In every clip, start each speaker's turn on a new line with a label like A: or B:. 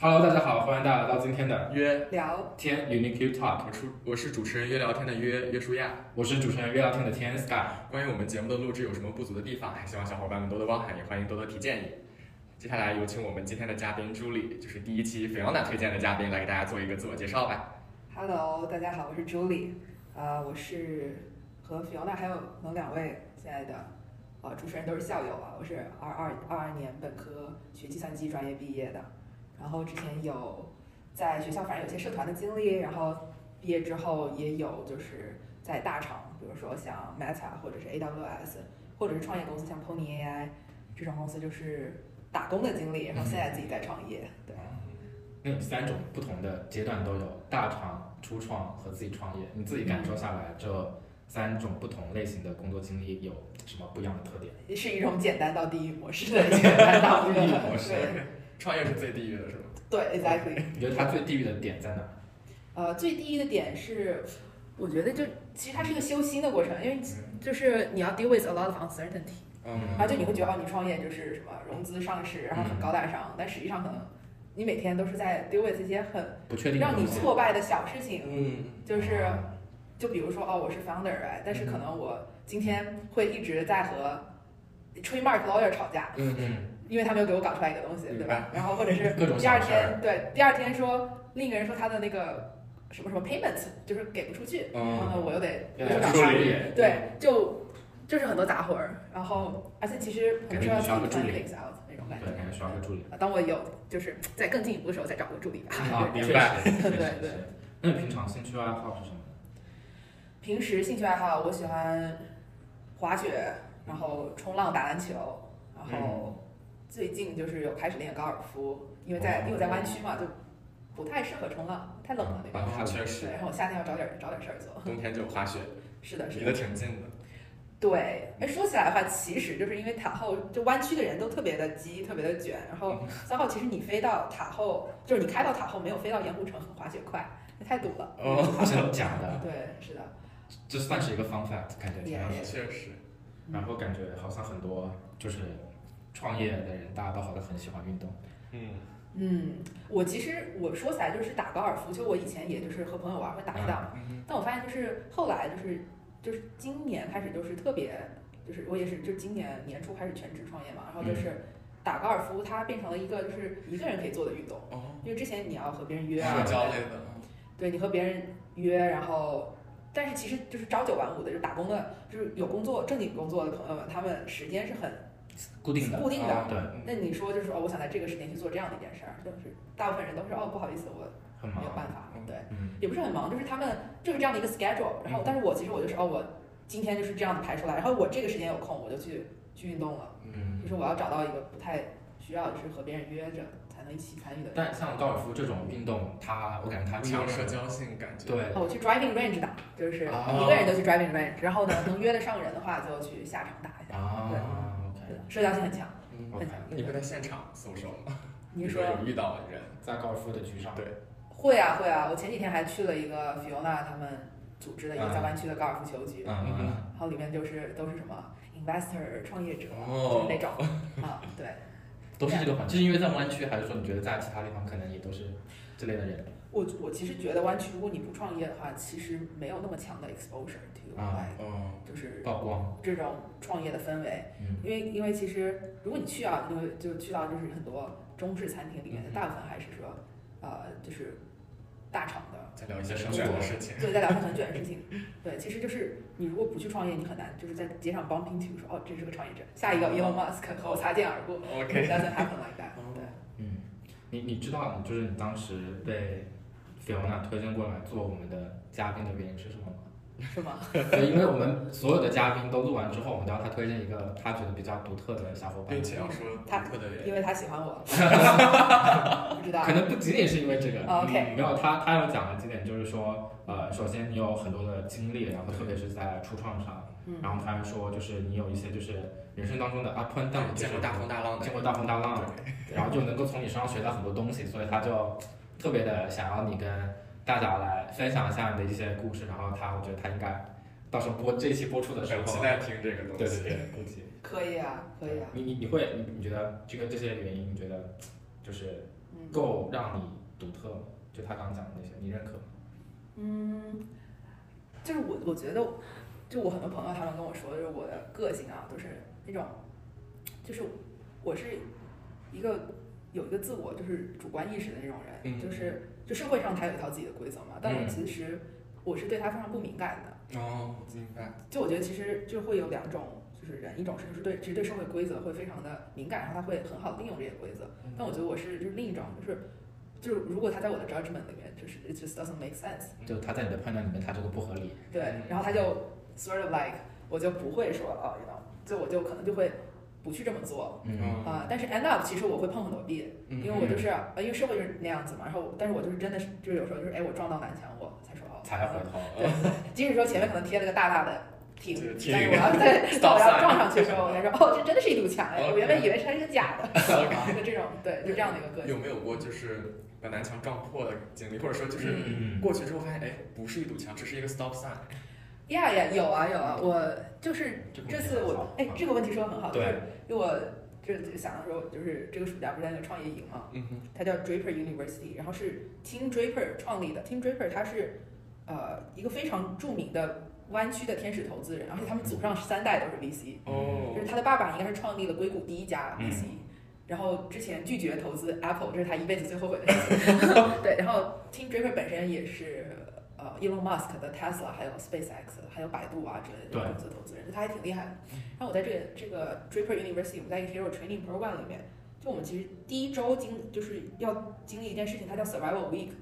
A: Hello，大家好，欢迎大家来到今天的约
B: 聊
A: 天 Unique Talk，
B: 我是我是主持人约聊天的约约舒亚。
A: 我是主持人约聊天的天 Sky。
B: 关于我们节目的录制有什么不足的地方，还希望小伙伴们多多包涵，也欢迎多多提建议。接下来有请我们今天的嘉宾朱莉，就是第一期菲奥娜推荐的嘉宾，来给大家做一个自我介绍吧。
C: Hello，大家好，我是 Julie，呃，我是和 Fiona 还有我们两位亲爱的呃主持人都是校友啊，我是二二二二年本科学计算机专业毕业的，然后之前有在学校反正有些社团的经历，然后毕业之后也有就是在大厂，比如说像 Meta 或者是 AWS，或者是创业公司像 Pony AI 这种公司就是打工的经历，然后现在自己在创业，对。
A: 那你三种不同的阶段都有，大厂、初创和自己创业，你自己感受下来这三种不同类型的工作经历有什么不一样的特点？
C: 是一种简单到地狱模式的简单到地
B: 地
C: 狱
B: 狱模式，创业是最地狱的是吗？
C: 对对，exactly。
A: 你觉得它最地狱的点在哪？
C: 呃，最低的点是，我觉得就其实它是一个修心的过程，因为就是你要 deal with a lot of uncertainty，
B: 嗯
C: 然后就你会觉得哦，你创业就是什么融资上市，然后很
A: 嗯
C: 高大上，但实际上可能你每天都是在 deal with 一些很
A: 不确定的
C: 让你
A: 东西。
C: 挫败的小事情，
B: 嗯
C: 就是就比如说哦，我是 founder，哎但是可能我今天会一直在和 trademark lawyer 吵架，
B: 嗯嗯
A: 嗯，
C: 因为他没有给我搞出来一个东西，
B: 明
C: 对
B: 白
C: 吧？然后或者是
A: 各种
C: 第二
A: 小事儿
C: 天，对，第二天说另一个人说他的那个什么什么 payment 就是给不出去，然后
B: 嗯，
C: 呢我又得
A: 要
C: 又
B: 来
C: 得
A: 来
C: 打
A: 处
B: 处
C: 他，
B: 理
A: 理。
C: 对，就就是很多杂活儿，然后而且其实很多时候
A: 感觉
C: 自
A: 你需要
C: 己
A: 个助
C: plan
A: 理
C: things out 那种感
A: 对，感觉需要个
C: 觉。
A: 助理。
C: 啊当我有就是在更进一步的时候再找个助理吧。
A: 啊，
B: 明白
A: 确实。
C: 对
A: 确实确
C: 对
A: 实那你平常兴趣爱好是什么呢？
C: 平时兴趣爱好，我喜欢滑雪，然后冲浪、打篮球，然后最近就是有开始练高尔夫，因为在因为我在湾区嘛，就不太适合冲浪，太冷了那边。
A: 啊
B: 啊，确
C: 对，
B: 实，
C: 然后夏天要找点找点事儿做。
B: 冬天就滑雪，
C: 是的，
B: 离
C: 是
B: 得
C: 的。
B: 挺近的。
C: 对，哎，说起来的话，其实就是因为塔后，就湾区的人都特别的急，特别的卷。然后三号，其实你飞到塔后，就是你开到塔后，没有飞到盐湖城和滑雪快，那太堵了。
B: 哦，
A: 真的假的？
C: 对，是的，
A: 这算是一个 fun fact，感觉挺有意思的。
B: 确实，
A: 然后感觉好像很多就是创业的人，大家都好像很喜欢运动。
B: 嗯
C: 嗯，我其实我说起来就是打高尔夫，就我以前也就是和朋友玩会打一打，
B: 嗯
C: 但我发现就是后来就是就是今年开始就是特别，就是我也是就是今年年初开始全职创业嘛，然后
B: 嗯
C: 就是打高尔夫它变成了一个就是一个人可以做的运动，
B: 哦，
C: 因为之前你要和别人约啊，
B: 社交类的，
C: 对你和别人约，然后但是其实就是朝九晚五的，就是打工的，就是有工作正经工作的朋友们，他们时间是很
A: 固定的，
C: 固定的，
B: 啊
A: 对
C: 那你说就是哦，我想在这个时间去做这样的一件事儿，就是大部分人都是哦，不好意思，我
A: 很
C: 没有
A: 忙。
C: 办法
B: 嗯，
C: 对，
A: 嗯，
C: 也不是很忙，就是他们就是这样的一个 schedule，然后
B: 嗯
C: 但是我其实我就是哦，我今天就是这样子排出来，然后我这个时间有空我就去去运动了，
B: 嗯
C: 就是我要找到一个不太需要就是和别人约着才能一起参与的。
A: 但像高尔夫这种运动，它我感觉它运
B: 强
A: 动
B: 社交性感觉。
A: 对
C: 哦，我去 driving range 打，就是
B: 哦
C: 一个人就去 driving range，然后呢，能约得上人的话就去下场打一 下，
A: 啊
C: 对
A: ，OK，
C: 社交性很强。
B: 嗯
A: ，OK，
B: 那你会在现场搜手吗？
C: 你
B: 比如
C: 说
B: 说有遇到人，
A: 在高尔夫的局上，
B: 对
C: 会啊会啊，我前几天还去了一个 Fiona 他们组织的一个
A: 嗯
C: 在湾区的高尔夫球局，
A: 嗯，嗯
C: 然后里面就是都是什么 investor 创业者，
B: 哦
C: 就是那种啊，对，
A: 都是这个环，就是因为在湾区，还是说你觉得在其他地方可能也都是这类的人？
C: 我我其实觉得湾区如果你不创业的话，其实没有那么强的 exposure to
A: 啊
C: like
B: 哦，
C: 就是
A: 曝光，
C: 这种创业的氛围，
A: 嗯
C: 因为因为其实如果你去啊，就就去到就是很多中式餐厅里面的
B: 嗯
C: 大部分还是说，呃，就是大厂的，
B: 再聊一些生选的事情。
C: 就在聊他很卷的事情。对，其实就是你如果不去创业，你很难就是在街上 bump into 说哦，这是个创业者，下一个 Elon Musk 和我擦肩而过
B: OK，
C: ，doesn't happen like that
B: 哦。
C: 对，
A: 嗯，你你知道，就是你当时被菲欧娜推荐过来做我们的嘉宾的原因是什么吗？
C: 是吗？
A: 对，因为我们所有的嘉宾都录完之后，我们都要他推荐一个他觉得比较独特的小伙伴
B: 并，且要说独特的人，
C: 因为他喜欢我，不知道
A: 可。能不仅仅是因为这个。
C: 哦，OK
A: 嗯没有他，他有讲了几点，就是说，呃，首先你有很多的经历，然后特别是在初创上，
C: 嗯
A: 然后他还说就是你有一些就是人生当中的 up and
B: 但
A: down，
B: 我见过大风大浪的，
A: 见过大风大浪，
B: 对，
A: 然后就能够从你身上学到很多东西，所以他就特别的想要你跟大家来分享一下你的一些故事，然后他我觉得他应该到时候播这一期播出的时
B: 很
A: 候
B: 期，待听这个
A: 对
B: 东
A: 对
B: 西。
A: 对，估计。
C: 可以啊，可以啊。
A: 你你你会你你觉得这个这些原因，你觉得就是
C: 嗯
A: 够让你独特吗？就他刚刚讲的那些，你认可吗？
C: 嗯，就是我我觉得，就我很多朋友他们跟我说，就是我的个性啊，都是那种，就是我是一个有一个自我就是主观意识的那种人，
B: 嗯
C: 就是就社会上他有一套自己的规则嘛，但我
A: 嗯
C: 其实我是对他非常不敏感的。
B: 哦，明白。
C: 就我觉得其实就会有两种，就是人，一种是就是对，其实对社会规则会非常的敏感，然后他会很好地利用这些规则。
B: 嗯
C: 但我觉得我是就是另一种，就是就是如果他在我的 judgment 里面，就是 it just doesn't make sense，
A: 就他在你的判断里面，他这个不合理。
C: 对
B: 嗯，
C: 然后他就 sort of like 我就不会说哦，you know，就我就可能就会不去这么做
A: 嗯，
C: 啊、但是 end up 其实我会碰很多壁，
B: 嗯，
C: 因为我就是、呃因为社会就是那样子嘛，然后但是我就是真的是就是有时候就是哎我撞到南墙我才说哦，
A: 才回头。
B: 嗯
C: 即使说前面可能贴了个大大的停
B: 就是，停
C: 但是我 要对
B: Stop
C: 我
B: sign
C: 要撞上去的时候，我才说哦，这真的是一堵墙哎，
B: OK
C: 我原本以为它是个假 的， 就这种对，就这样的一个个性。
B: 呃有没有过就是把南墙撞破的经历，或者说就是
A: 嗯
B: 过去之后发现，哎，不是一堵墙，只是一个 stop sign。
C: 呀呀，有啊有啊，我就是
A: 这个
C: 这
A: 问题
C: 次
A: 很
C: 我
A: 好嗯
C: 哎这个问题说的很好，就是
A: 对，
C: 因为我这就想到说，就是这个暑假不是在那个创业营嘛，
B: 嗯哼，
C: 它叫 Draper University，然后是 Tim Draper 创立的。Tim Draper 他是呃一个非常著名的湾区的天使投资人，而且他们祖上三代都是 VC，
B: 哦
C: 就是他的爸爸应该是创立了硅谷第一家
A: 嗯
C: VC，、然后之前拒绝投资 Apple，这是他一辈子最后悔的事 情。对，然后 Tim Draper 本身也是呃 Elon Musk 的 Tesla，还有 SpaceX，还有百度啊之类的
A: 对
C: 公司投资人，他还挺厉害的。然后我在这个这个 Draper University，我们在一个 Hero Training Program 里面，就我们其实第一周经就是要经历一件事情，它叫 Survival Week，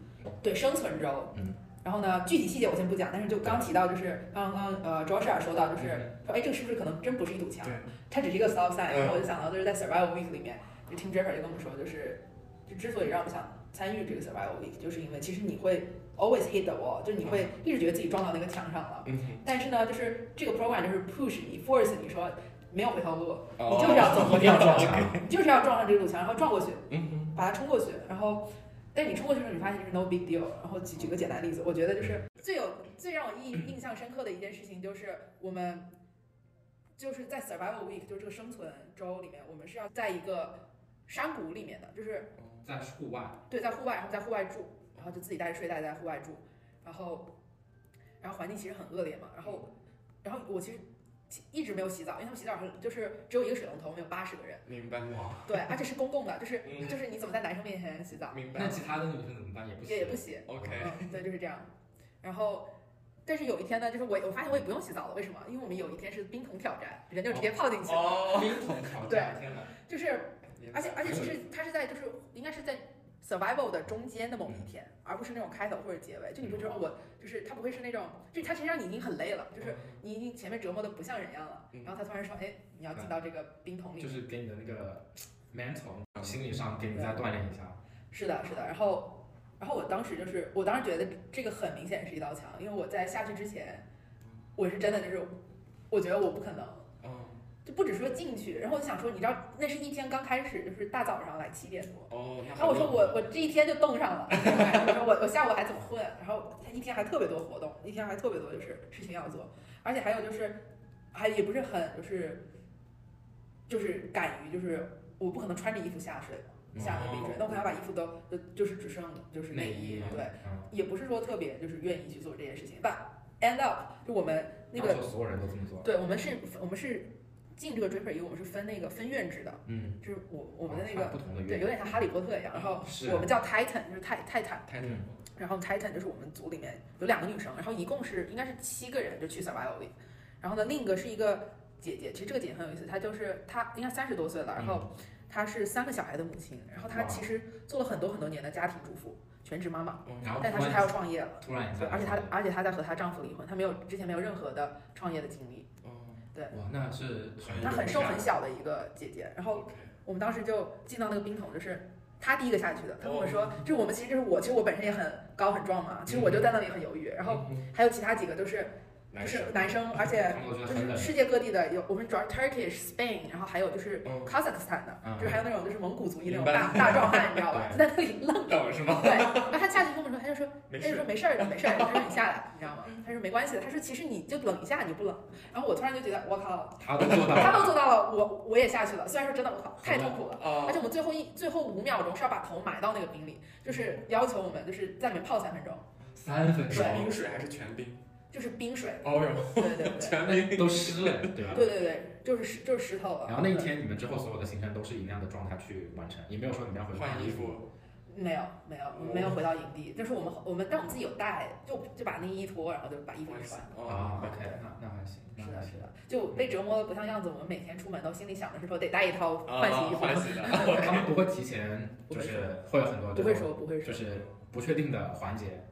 C: 对，生存周。
A: 嗯。
C: 然后呢，具体细节我先不讲，但是就刚提到，就是刚刚呃 Joshua 说到，就是说，哎，这个是不是可能真不是一堵墙
B: 嗯对？
C: 它只是一个 stop
B: 嗯
C: sign。然后我就想到，就是在 Survival Week 里面，就 Tim Draper 就跟我们说，就是就之所以让我们想参与这个 Survival Week，就是因为其实你会 always hit the wall，就是你会一直觉得自己撞到那个墙上了。
B: 嗯哼，
C: 但是呢，就是这个 program 就是 push 你，force 你说没有回头路，
B: 哦
C: 你就是要走
A: 一定要撞墙。
C: 你就是要撞上这堵墙，然后撞过去，
B: 嗯哼，
C: 把它冲过去，然后。但你冲过去的时候，你发现就是 no big deal。然后举举个简单例子，我觉得就是最有最让我印印象深刻的一件事情，就是我们就是在 survival week，就是这个生存周里面，我们是要在一个山谷里面的，就是
A: 在户外，
C: 对，在户外，然后在户外住，然后就自己带着睡袋在户外住，然后，然后环境其实很恶劣嘛，然后，然后我其实其一直没有洗澡，因为他们洗澡很就是只有一个水龙头，我们有八十个人，
B: 明白。哇，
C: 对，而且是公共的，就是
B: 嗯
C: 就是你怎么在男生面前洗澡，
B: 明
A: 那
B: 白。
A: 其他的女生怎么办？也不行，
C: 也也不洗，
B: OK，
C: 嗯，对，就是这样，然后。但是有一天呢，就是我我发现我也不用洗澡了，为什么？因为我们有一天是冰桶挑战，人就直接泡进去，
B: 哦，
A: 冰桶挑战，
C: 对
A: 天哪！
C: 就是而且而且其
B: 是
C: 实它是在就是应该是在 survival 的中间的某
B: 嗯
C: 一天，而不是那种开头或者结尾。就你不觉得我就是它不会是那种，就它其实让你已经很累了，就是你已经前面折磨的不像人样了
B: 嗯，
C: 然后他突然说，哎，你要进到这个冰桶里
A: 就
C: 面。
A: 是给你的那个
C: 嗯
A: mental 心理上给你再锻炼一下。
C: 是的，是的。然后，然后我当时就是，我当时觉得这个很明显是一道墙，因为我在下去之前，我是真的就是，我觉得我不可能。
B: 哦
C: 就不只说进去，然后我就想说，你知道，那是一天刚开始，就是大早上来七点多，
B: 哦，
C: 然后我说我我这一天就冻上 了，我说我我下午还怎么混？然后他一天还特别多活动，一天还特别多就是事情要做，而且还有就是还也不是很就是就是敢于就是我不可能穿着衣服下水嘛，下那个冰水，那我可能要把衣服都就就是只剩就是哦内衣，对，
A: 嗯，
C: 也不是说特别就是愿意去做这件事情，但 end up 就我们那
A: 到
C: 个
A: 时候所有人都这么做。
C: 对我们是我们是进这个 Draper U 我们是分那个分院制的，
A: 嗯，
C: 就是我我们的那
A: 看
C: 个
A: 不同的
C: 对
A: 乐
C: 有点像哈利波特一样，然后。
A: 是
C: 我们叫 Titan，就是泰泰坦。
B: 太难
C: 然后 Titan 就是我们组里面有两个女生，然后一共是应该是七个人就去 survival week。然后呢，另一个是一个姐姐，其实这个姐姐很有意思，她就是她应该三十多岁了，然后她是三个小孩的母亲，然后她
A: 哇
C: 其实做了很多很多年的家庭主妇，全职妈妈，
B: 嗯
A: 然后
C: 但她
A: 突
C: 是她要
A: 然
C: 创业了，
A: 突然一
C: 对，
A: 下，
C: 而且她而且她在和她丈夫离婚，她没有之前没有任何的创业的经历，
B: 哦，
A: 哇，那是
B: 嗯
C: 她很瘦很小的一个姐姐，然后
B: OK，
C: 我们当时就进到那个冰桶，就是他第一个下去的。他跟
B: 哦
C: 我说，就是我们其实就是我，其实我本身也很高很壮嘛，其实我就在那里很犹豫。然后还有其他几个都是
B: 嗯男
C: 就
B: 生嗯
C: 是， 男生，而且
A: 韩国真
C: 就
A: 的很
C: 是
A: 冷，
C: 世界各地的有，我们主要是 Turkish、Spain，然后还有就是
B: 嗯
C: Kazakhstan 的，
A: 嗯
C: 就是还有那种就是蒙古族裔那
B: 明
C: 种
B: 白
C: 大大壮汉，你知道吧？就在那里 愣。
B: 等是吗？
C: 对，然后他下去跟我们说，他就说，
B: 没
C: 他就
B: 事嗯
C: 说，没事儿的，没事儿的，他说你下来，你知道吗？他说没关系的，他说其实你就冷一下，你不冷。然后我突然就觉得，我靠，
A: 他都做到
C: 他都
A: 了，
C: 做到了，我我也下去了。虽然说真的，我靠，太痛苦了。
B: 啊
C: 而且我们最后一最后五秒钟是要把头埋到那个冰里，就是要求我们就是在里面泡三分钟，
A: 三分
B: 是
A: 钟
B: 冰水还是全冰？
C: 就是冰水。
B: 哦哟，
C: 对对对对
B: 全冰。
A: 都湿了，对吧？
C: 对对对，就是石就是石头了。
A: 然后那一天你们之后所有的行程都是以那样的状态去完成，也没有说你们要回去
B: 换衣
A: 服。
B: 服，
C: 没有没有我们没有回到营地，就是我们我们但我们自己有带，就就把内衣脱，然后就把衣服一穿。
A: 啊
B: 嗯
A: ，OK，
B: OK，
A: 那那还行，那
C: 是
A: 还
C: 的，
A: 行
C: 是。啊的，就被折磨的不像样子。我们每天出门都心里想的是说得带一套
B: 啊
C: 换洗衣服，
B: 换洗的，
A: 他们不会提前，就是会有很多
C: 不
A: 这
C: 会
A: 种
C: 说不会
A: 就
C: 说，
A: 是不确定的环节。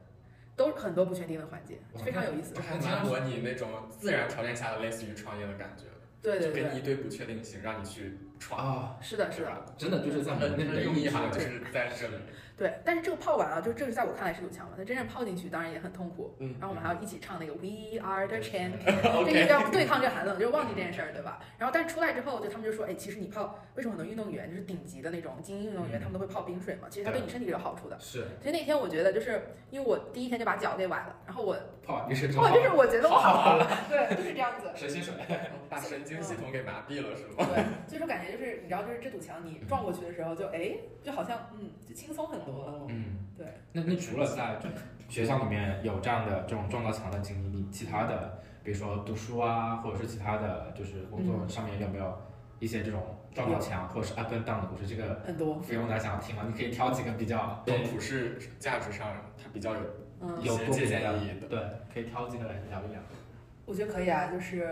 C: 都是很多不确定的环节，非常有意思
B: 我。还蛮模拟那种自然条件下的类似于创业的感觉，
C: 对对
B: 就给你
C: 对，
B: 一堆不确定性，让你去闯，
A: 啊，
C: 是的，是
B: 是
C: 的，
B: 吧？
A: 真的就是在我
B: 那
A: 们那
B: 那
A: 里
B: 个
A: 的
B: 用意
A: 意
B: 好像就
A: 义。
B: 是在这里，
C: 对。但是这个泡完啊，就这个在我看来是有强的，但真正泡进去当然也很痛苦。
B: 嗯
C: 然后我们还要一起唱那个 We Are the Champions。这个
B: OK，
C: 叫对抗这寒冷，就是忘记这件事儿，对吧？然后，但是出来之后，就他们就说，哎，其实你泡为什么很多运动员，就是顶级的那种精英运动员，
A: 嗯
C: 他们都会泡冰水嘛，其实它对你身体是有好处的。
A: 是
C: 所以那天我觉得，就是因为我第一天就把脚给崴了，然后我，
A: 泡完 冰水之后
C: 哇，，就是我觉得我
A: 泡
C: 好
A: 好
C: 了，对，就是这样子。
A: 神仙水，
B: 哦把神经系统给麻痹了是吗？
C: 对，所以说感觉就是，你知道，就是这堵墙你撞过去的时候就，哎，就好像嗯，就轻松很多了。
B: 哦
A: 嗯，
C: 对。
A: 那那除了在学校里面有这样的这种撞到墙的经历，你其他的，比如说读书啊，或者是其他的就是工作上面有没有一些这种撞到墙或者是 up and down 的故事？这个
C: 很多，
A: 不用大家想听了，你可以挑几个比 较
B: 从普世价值上，它比较有
C: 嗯，
A: 有共
B: 借
A: 鸣
B: 鉴
A: 的
B: 意义的，
A: 对，可以挑几个来聊一聊。
C: 我觉得可以啊，就是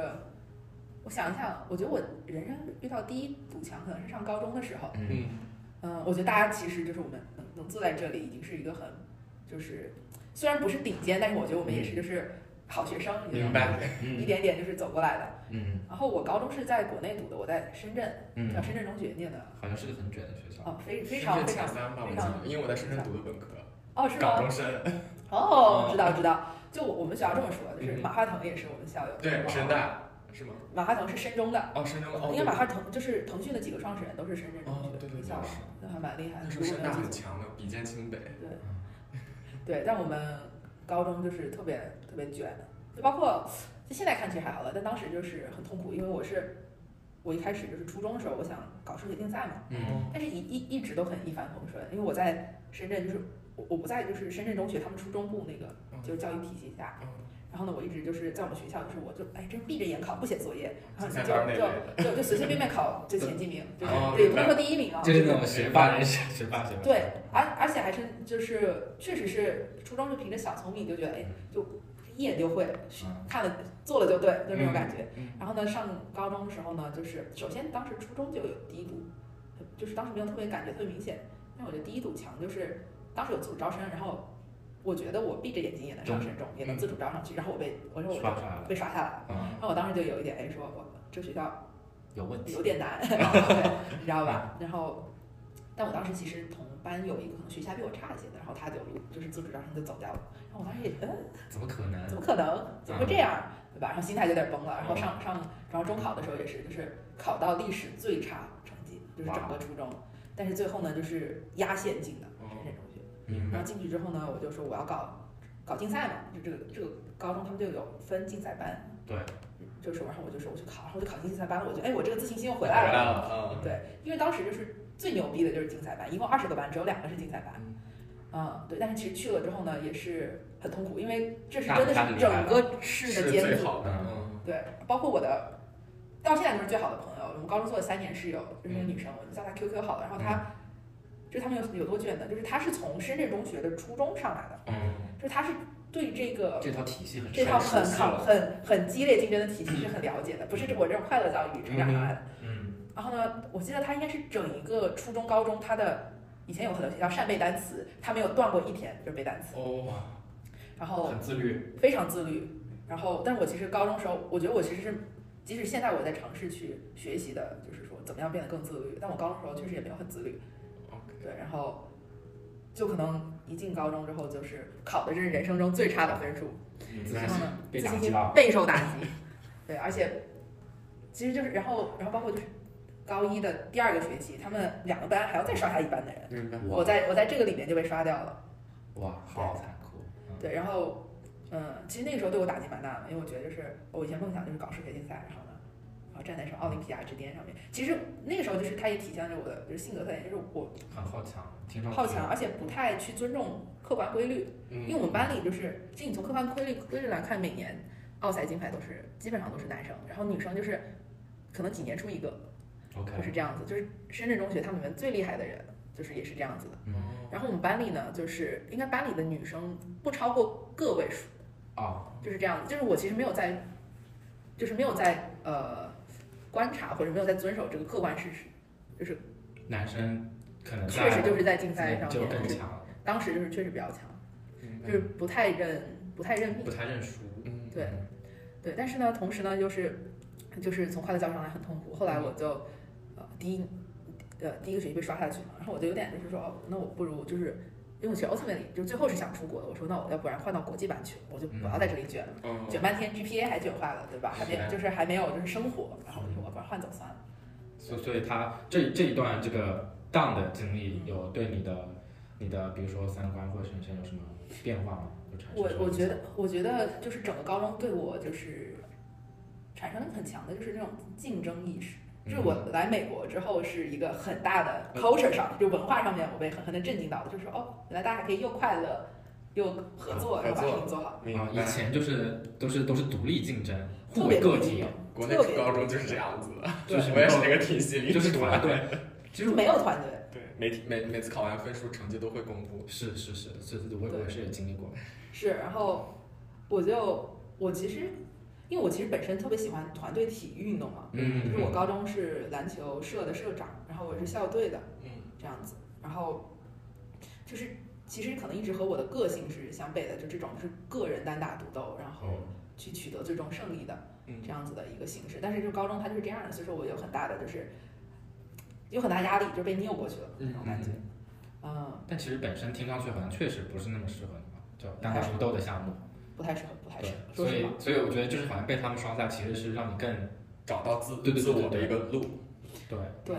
C: 我想一想，我觉得我人生遇到第一堵墙可能是上高中的时候。
A: 嗯，
B: 嗯，
C: 嗯，我觉得大家其实就是我们能能坐在这里，已经是一个很，就是虽然不是顶尖，但是我觉得我们也是就是好学生，你知
B: 嗯明
C: 道吗？
B: 白，
C: 一
A: 嗯
C: 点点就是走过来的。
A: 嗯
C: 然后我高中是在国内读的，我在深圳，叫
A: 嗯，
C: 深圳中学念的，
A: 好像是个很卷的学校。
C: 哦，非非
B: 深
C: 常
B: 圳
C: 非
B: 前
C: 常，
B: 三吧，我
C: 非
B: 记
C: 常
B: 得，因为我在深圳读的本科，
C: 哦是
B: 港
C: 吗？
B: 中深，
C: 哦
B: 嗯，
C: 知道知道，就我我们学校这么说，就是
B: 嗯
C: 马化腾也是我们校友，
B: 对，
C: 哇啊
B: 深大是吗？
C: 马化腾是深中的，
B: 哦，深圳哦，
C: 因为马化腾就是腾讯的几个创始人都是深圳中
B: 哦
C: 学，
B: 对对对
C: 校友，
B: 是
C: 那还蛮厉害的
B: 那，时
C: 如
B: 候
C: 果
B: 深大
C: 没有
B: 很
C: 记错
B: 强的，比肩清
C: 哦
B: 北，
C: 对，但我们高中就是特别特别卷的，就包括就现在看起来还好了，但当时就是很痛苦，因为我是我一开始就是初中的时候，我想搞数学竞赛嘛，
A: 嗯
C: 但是一一一直都很一帆风顺，因为我在深圳就是我我不在就是深圳中学他们初中部那个
B: 嗯
C: 就是教育体系下
B: 嗯，
C: 然后呢，我一直就是在我们学校就是我就哎真闭着眼考不写作业，然
B: 竞
C: 后
B: 赛班那类
C: 就
B: 的，
C: 就就就随随便便考就前几名，就是
B: 哦
C: 对，也
B: 明
C: 不能
B: 白
C: 说第一名啊，
A: 就是那种学霸人生，学霸学霸。
C: 对，而而且还是就是确实是初中就凭着小聪明就觉得哎，就一眼就会，
A: 嗯
C: 看了做了就对，就那种感觉。
B: 嗯
C: 然后呢，上高中的时候呢，就是首先当时初中就有第一堵，就是当时没有特别感觉特别明显，但我觉得第一堵墙就是当时有自主招生，然后我觉得我闭着眼睛也能上升中，也能自主招上去，然后我被我说我
A: 嗯刷出来了
C: 就被刷下来了，
A: 嗯，
C: 然后我当时就有一点哎，说我这学校
A: 有问题
C: 有。点难，对，你知道吧？然后，但我当时其实同班有一个可能学习还比我差一些的，然后他就就是自主招生就走掉了，然后我当时也嗯，
A: 怎么可能
C: 怎？么可能？怎么会这样？对吧？然后心态就有点崩了，然后上上然后中考的时候也是，就是考到历史最差成绩，就是整个初中，但是最后呢就是压线进的深
B: 哦，
C: 圳中学，
A: 明
C: 然
A: 白
C: 后。进去之后呢，我就说我要搞搞竞赛嘛，就这个这个高中他们就有分竞赛班，
A: 对，
C: 就是然后我就说我去考，然后我就考进竞赛班了，我觉得哎我这个自信心又回
B: 回
C: 来了
B: 来。了，
C: 对，因为当时就是最牛逼的就是竞赛班，一共二十个班，只有两个是竞赛班。
B: 嗯
C: 嗯，对，但是其实去了之后呢，也是很痛苦，因为这是
A: 那
C: 真的
A: 那就
C: 是
A: 厉害
C: 整
A: 了
C: 个
B: 嗯，
C: 市
B: 是
C: 的尖
B: 最
C: 子，
B: 好的，
A: 嗯
B: 嗯，
C: 对，包括我的，到现在就是最好的朋友，我们高中做了三年室友，就是一个女生，我就叫她 QQ 好了，然后她。就他们有有多卷呢？就是她是从深圳中学的初中上来的，
A: 嗯，
C: 就是她是对这个
A: 这套体系很
C: 这
A: 深
C: 套
A: 入。
C: 很
B: 熟悉
C: 考
B: 了
C: 很很激烈竞争的体系是很了解的，不是我这啊种快乐教育成长上来的。
A: 嗯，
C: 然后呢，我记得他应该是整一个初中、高中，他的以前有很多学校善背单词，他没有断过一天就是背单词，
B: 哦，
C: 然后
A: 很自律。
C: 非常自律。然后，但我其实高中时候，我觉得我其实是，即使现在我在尝试去学习的，嗯就是说怎么样变得更自律，但我高中时候确实也没有很自律。
B: OK，
C: 对，然后就可能一进高中之后就是考的这是人生中最差的分数，
B: 明
A: 自
B: 白
C: 然后
A: 信
C: 呢，
A: 被
C: 自
A: 打
C: 信
A: 击
C: 心
A: 到，
C: 备受打击。 对，而且其实就是，然后然后包括就是高一的第二个学期，他们两个班还要再刷下一班的人，
B: 明白。嗯
A: 哇
C: 我在我在这个里面就被刷掉了。
A: 哇，好残酷，嗯
C: 对，然后嗯，其实那个时候对我打击蛮大的，因为我觉得就是我以前梦想就是搞世界竞赛，然后呢。然后站在什么奥林匹亚之巅上面，其实那个时候就是它也体现着我的就是性格特点，就是我
A: 很好强，挺
C: 好强，而且不太去尊重客观规律，
A: 嗯
B: 嗯
C: 因为我们班里就是，其实你从客观规律规律来看，每年奥赛金牌都是基本上都是男生，然后女生就是可能几年出一个，就
A: OK，
C: 是这样子。就是深圳中学他们里面最厉害的人，就是也是这样子的。
A: 嗯，
C: 然后我们班里呢，就是应该班里的女生不超过个位数，
A: 哦，
C: 就是这样子。就是我其实没有在，就是没有在呃观察或者没有在遵守这个客观事实，
A: 男生可能
C: 确实
A: 在
C: 就是在竞赛上
A: 嗯就
C: 面，
A: 更
C: 就是
A: 强嗯了，
C: 当时就是确实比较强，
B: 明白
C: 就是不太认不太认命
A: 不。太认输，
B: 嗯，
C: 对对，但是呢，同时呢，就是就是从快乐教育上来很痛苦。后来我就呃第一呃第一个学期被刷下去嘛，然后我就有点就是说，哦，那我不如就是因为我其实 ultimately 就最后是想出国的，我说那我要不然换到国际班去了，我就不要在这里卷了，
B: 哦，
C: 卷半天 GPA 还卷坏了，对吧？还没有就是还没有就是生活，然后我就说我要不然换走算了。
A: 所所以他这这一段这个 down 的经
C: 嗯
A: 历，有对你的你的比如说三观或者人生有什么变化吗？有产生
C: 我
A: 什么
C: 我
A: 影
C: 觉
A: 响
C: 得我觉得就是整个高中对我就是产生了很强的就是那种竞争意识。就是我
A: 嗯
C: 来美国之后是一个很大的 culture 上，就文化上面我被狠狠的震惊到了，就是哦，原来大家还可以又快乐又合
A: 嗯
C: 作，
B: 合
C: 然后把
B: 作
C: 事情做好，
B: 明
A: 啊，
B: 白。
A: 以前就是都是都是独立竞争，
C: 特
A: 互
C: 别
A: 为个
C: 容易
A: 体，
B: 国内高中就是这样子的，
A: 就
B: 我也是那个体系里，
A: 就是团队，其实
C: 就没有团队。
B: 对，每天每每次考完分数成绩都会公布，
A: 是是是是，是我我是也经历过，
C: 是，然后我就我其实因为我其实本身特别喜欢团队体育运动嘛，
A: 嗯
C: 就是我高中是篮球社的社长，然后我是校队的，
B: 嗯，
C: 这样子。然后就是其实可能一直和我的个性是相悖的，就这种就是个人单打独斗，然后
A: 嗯
C: 去取得最终胜利的
B: 嗯
C: 这样子的一个形式。但是就高中它就是这样的，所以说我有很大的就是有很大压力，就被拗过去了那种感觉。嗯，
A: 但其实本身听上去好像确实不是那么适合你嘛，就单打独斗的项目，
C: 不太适合，不太适
A: 对，
C: 合。说
A: 所
C: 实
A: 以
C: 话，
A: 所以我觉得就是好像被他们刷下，其实是让你更
B: 找到自
A: 对对对
B: 自我的
A: 对
B: 一
A: 对
B: 个路，
A: 对
C: 对。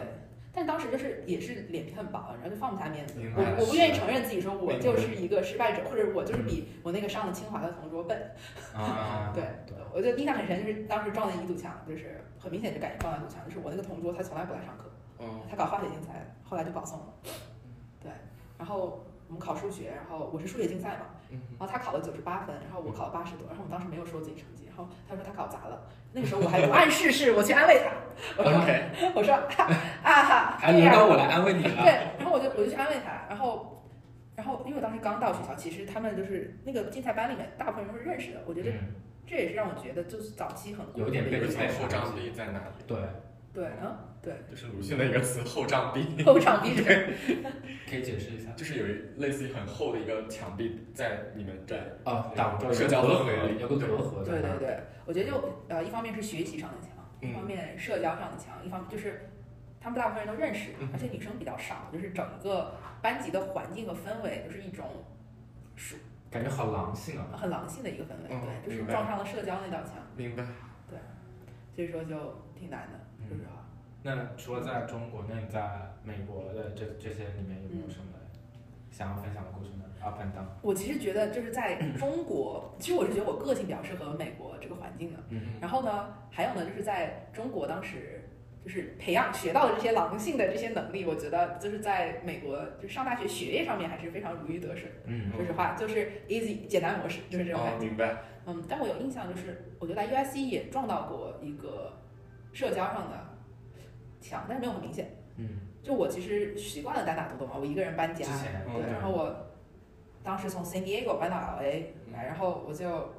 C: 但当时就是也是脸皮很薄，然后就放不下面子。
B: 明
C: 我
B: 白
C: 我不
B: 是
C: 愿意
B: 的
C: 承认自己说我
B: 明白
C: 就是一个失败者，或者我就是比我那个上了清华的同桌笨。
A: 啊，
C: 对
A: 对，
C: 我就印象很深，就是当时撞了一堵墙，就是很明显就感觉撞了一堵墙，就是我那个同桌他从来不来上课，
B: 哦，
C: 他搞化学竞赛，后来就保送了。
A: 嗯
C: 对，然后我们考数学，然后我是数学竞赛嘛，
B: 嗯，
C: 然后他考了九十八分，然后我考了八十多，然后我当时没有说自己成绩，然后他说他考砸了，那个时候我还不谙世事，我去安慰他，我说
B: OK，
C: 我说啊啊哈，
A: 还
C: 这
A: 哎轮
C: 样
A: 到我来安慰你了，
C: 对，然后我就我就去安慰他，然后然后因为我当时刚到学校，其实他们就是那个竞赛班里面大部分人都是认识的，我觉得
A: 嗯
C: 这也是让我觉得就是早期很
A: 有一点
B: 那
A: 被
B: 个
A: 人
B: 词后障壁在哪里？
A: 对，
C: 对，嗯，对，
B: 就是鲁迅的一个词后障壁，
C: 后场逼人，
A: 可以解释一下
B: 就是有一类似于很厚的一个墙壁在你们这，
A: 啊，挡住了
B: 社交
A: 隔
B: 的
A: 阂，
B: 回
A: 有个隔阂啊
C: 对
A: 在那
C: 对
A: 儿，
C: 对，
A: 嗯
C: 我觉得就呃，一方面是学习上的强，一方面社交上的强，一方面就是他们大部分人都认识
B: 嗯，
C: 而且女生比较少，就是整个班级的环境和氛围就是一种
A: 感觉好狼性啊，
C: 很狼性的一个氛围，
B: 嗯
C: 对，就是
B: 明白
C: 撞上了社交那道墙，
B: 明白？
C: 所以说就挺难的，
A: 嗯
C: 说实话。
A: 那除了在中国，那你在美国的这这些里面有没有什么
C: 嗯
A: 想要分享的故事呢？Up and down，
C: 我其实觉得就是在中国，其实我是觉得我个性比较适合美国这个环境的。
A: 嗯
C: 然后呢，还有呢，就是在中国当时就是培养学到的这些狼性的这些能力，我觉得就是在美国就是上大学学业上面还是非常如鱼得水。
A: 嗯
C: 说实话，就是 easy 简单模式，就是这种
B: 哦
C: 感，觉。
B: 明白，
C: 嗯，但我有印象，就是我觉得来 USC 也撞到过一个社交上的墙，但是没有很明显。
A: 嗯，
C: 就我其实习惯了单打独斗嘛，我一个人搬家
A: 之，前
B: 嗯
C: 对，然后我当时从 San Diego 搬到 LA
A: 嗯
C: 来，然后我就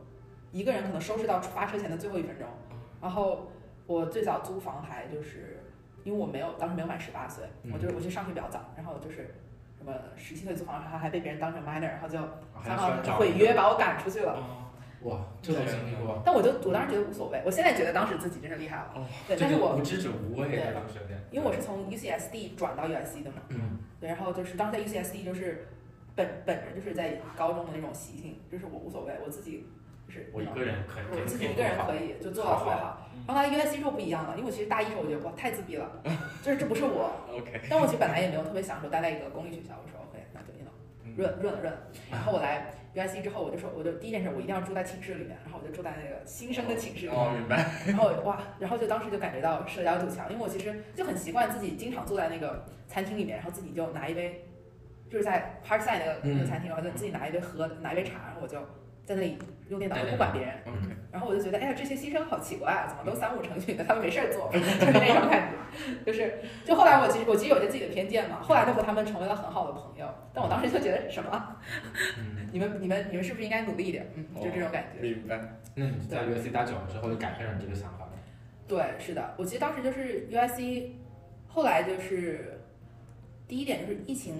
C: 一个人可能收拾到发车前的最后一分钟。
A: 嗯
C: 然后我最早租房还就是因为我没有当时没有满十八岁，
A: 嗯
C: 我就是我去上学比较早，然后就是什么十七岁租房，然后还被别人当成 minor，然后就
A: 还
C: 刚
A: 要
C: 好
A: 找嗯
C: 毁约把我赶出去了。
B: 哦，
A: 哇，这都经历过，
C: 但我就我当时觉得无所谓，我现在觉得当时自己真是厉害了。
B: 哦
C: 对，
A: 这
C: 但是
A: 个
C: 我
A: 无知者无畏
C: 对
A: 啊，当时有点，
C: 因为我是从 UCSD 转到 USC 的嘛，
A: 嗯
C: 对，然后就是当时在 UCSD 就是。本本人就是在高中的那种习性，就是我无所谓，我自己就是
A: 我一个人嗯可以，
C: 我自己一个人可以就做到特别好。然后到 U S C 之后不一样了，因为我其实大一时候我觉得哇太自闭 了，就是这不是我。
B: 哦 OK，
C: 但我其实本来也没有特别享受待在一个公立学校，我说 OK，那就 you know
A: 嗯
C: 润润了润了。然后我来 U S C 之后，我就说我就第一件事我一定要住在寝室里面，然后我就住在那个新生的寝室里面。
B: 哦，明白。
C: 然后哇，然后就当时就感觉到社交堵墙，因为我其实就很习惯自己经常坐在那个餐厅里面，然后自己就拿一杯，就是在 Parkside 那个那个餐厅，然后就自己拿一杯喝，拿一杯茶，然后我就在那里用电脑，不管别人。
B: OK，
C: 然后我就觉得，哎呀，这些新生好奇怪啊，怎么都三五成群的，他们没事儿做，就是那种感觉。就是，就后来我其实我其实有些自己的偏见嘛，后来就和他们成为了很好的朋友。但我当时就觉得什么，
A: 嗯，
C: 你们你们你们是不是应该努力一点？嗯，就这种感觉。
B: 明白。
A: 那你在 U C 待久了之后，就改变了你这个想法吗？
C: 对，是的，我其实当时就是 U S C，后来就是第一点就是疫情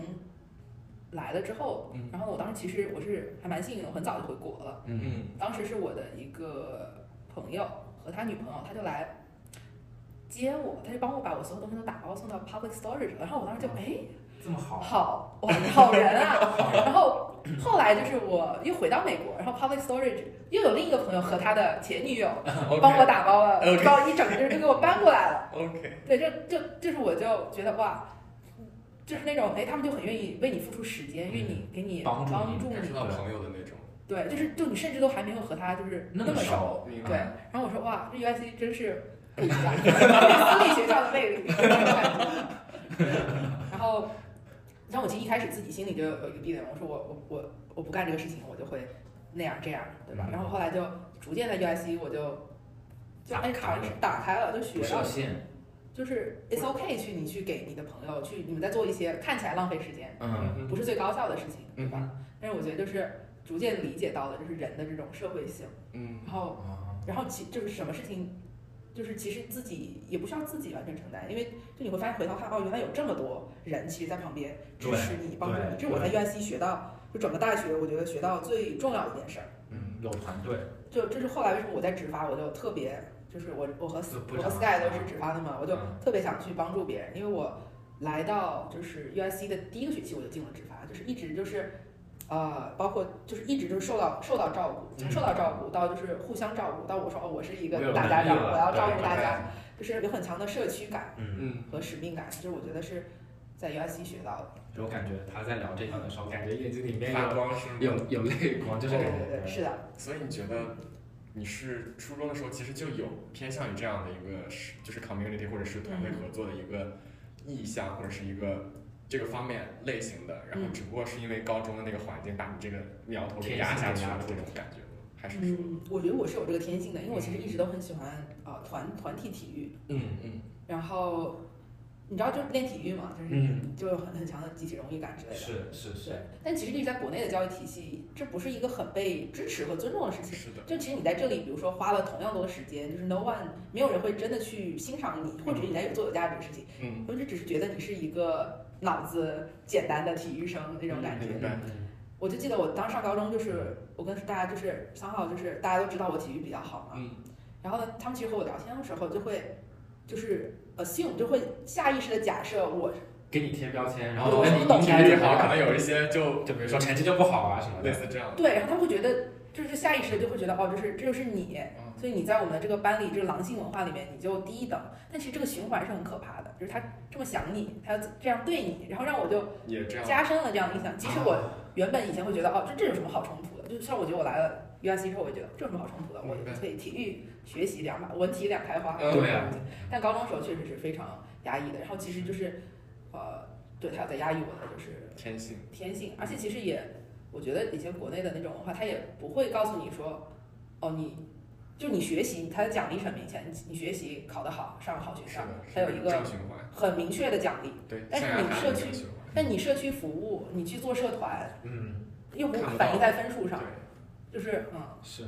C: 来了之后，
B: 嗯
C: 然后我当时其实我是还蛮幸运的，我很早就回国了。
A: 嗯
B: 嗯
C: 当时是我的一个朋友和他女朋友，他就来接我，他就帮我把我所有东西都打包送到 Public Storage，了然后我当时就哎
A: 这么好，
C: 好哇好人啊，然后后来就是我又回到美国，然后 Public Storage 又有另一个朋友和他的前女友
B: ，OK，
C: 帮我打包了
B: OK
C: 包一整个就给我搬过来了。
B: OK，
C: 对，这这就是我就觉得哇，就是那种哎，他们就很愿意为你付出时间，愿意给你
A: 嗯帮助你
C: 助
B: 感
C: 你
B: 受到朋友的那种。
C: 对，就是就你甚至都还没有和他就是
A: 那
C: 那
A: 么嗯啊
C: 么熟，
B: 明
C: 对
B: 白。
C: 然后我说哇，这 U S C 真是不一样，私立学校的魅力。 那种感觉然后，然后我其实一开始自己心里就有一个壁垒，我说我我我我不干这个事情，我就会那样这样，对吧？
A: 嗯
C: 然后后来就逐渐在 U S C 我就就
A: 打
C: 哎
A: 开
C: 好像
A: 了
C: 是打开了，就学
A: 不
C: 到
A: 设限，
C: 就是 it's okay 去你去给你的朋友去，你们在做一些看起来浪费时间，
A: 嗯，
C: 不是最高效的事情，对
B: 嗯
C: 吧？但是我觉得就是逐渐理解到了就是人的这种社会性，
B: 嗯
C: 然后
A: 哦
C: 然后其就是什么事情，就是其实自己也不需要自己完全承担，因为就你会发现回头看哦，原来有这么多人其实在旁边支持你、帮助你，这是
A: 对
C: 我在 UIC 学到，就整个大学我觉得学到最重要的一件事儿。
A: 嗯，有团队，
C: 就这是后来为什么我在直发，我就特别就是我我和
A: 就不
C: 我和
A: 长
C: Sky 都是直发的嘛，我就
A: 嗯
C: 特别想去帮助别人，因为我来到就是 USC 的第一个学期我就进了直发，就是一直就是呃，包括就是一直就是受到受到照顾，从
A: 嗯
C: 受到照顾到就是互相照顾，到我说哦我是一
A: 我
C: 个
A: 有
C: 大
A: 能
C: 家
A: 力
C: 长，
A: 了
C: 我要
A: 对
C: 照顾
A: 对
C: 大
B: 对
C: 家，就是有很强的社区感
A: 嗯，
B: 嗯，
C: 和使命感，就是我觉得是在 USC 学到的。
A: 我感觉他在聊这一段的时候，感觉眼睛里面
B: 发
A: 有
B: 光是吗
A: 有有泪光，就是
C: 对
A: 感
C: 对对，
A: 觉
C: 对是的，
B: 所以你觉得你是初中的时候其实就有偏向于这样的一个是就是 community 或者是团队
C: 嗯
B: 合作的一个意向或者是一个这个方面类型的，然后
C: 嗯
B: 只不过是因为高中的那个环境把你这个苗头给压下去了这种感觉吗？还是说
C: 嗯，我觉得我是有这个天性的，因为我其实一直都很喜欢呃团团体体育，
A: 嗯
B: 嗯
C: 然后你知道，就是练体育嘛，就是
A: 嗯，
C: 就有很很强的集体荣誉感之类的。
A: 是是
C: 对
A: 是，，
C: 但其实你在国内的教育体系，这不是一个很被支持和尊重的事情。
B: 是的，
C: 就其实你在这里，比如说花了同样多的时间，就是 no one 没有人会真的去欣赏你，或者你在有做有价值的事情，
B: 嗯，
C: 或者只是觉得你是一个脑子简单的体育生那种感觉。
B: 明白
A: 嗯
C: 我就记得我当时上高中，就是我跟大家就是三号，就是大家都知道我体育比较好嘛，
B: 嗯
C: 然后呢，他们其实和我聊天的时候就会就是 assume 就会下意识的假设我
A: 给你贴标签，然
B: 然
A: 后
B: 后
A: 我
B: 问
A: 问
B: 你
A: 你
B: 你
A: 应该
B: 体育
A: 怎么
B: 好，可
A: 样
B: 能有一些就
A: 就比如说成绩就不好啊什么
B: 类
A: 的，
B: 似这样的，
C: 对，然后他会觉得就是下意识的就会觉得哦，就是这就是你，
B: 嗯
C: 所以你在我们这个班里这个狼性文化里面你就低一等，但其实这个循环是很可怕的，就是他这么想你，他要这样对你，然后让我就
B: 也这样，
C: 加深了这样的印象。其实我原本以前会觉得哦，这这有什么好冲突的？就像我觉得我来了 U S C 之后，我觉得这有什么好冲突的？我
B: 明白
C: 可以体育学习两把，文体两开花。
B: 嗯
A: 对啊，
C: 但高中时候确实是非常压抑的，然后其实就是，呃，对他有在压抑我的就是
B: 天性，
C: 天性，而且其实也，我觉得以前国内的那种文化，他也不会告诉你说，哦，你就你学习，他的奖励很明显，你你学习考得好，上好学
B: 是
C: 校
B: 的，，
C: 它有一个
B: 正循环，
C: 很明确的奖励。
B: 对，
C: 但是
B: 象牙
C: 你
B: 塔
C: 社
B: 的
C: 区
B: 正循环
C: 但你社区服务，你去做社团，
A: 嗯，
C: 又不
B: 看不
C: 反映
B: 到
C: 在分数
B: 对
C: 上，，就是嗯，
A: 是。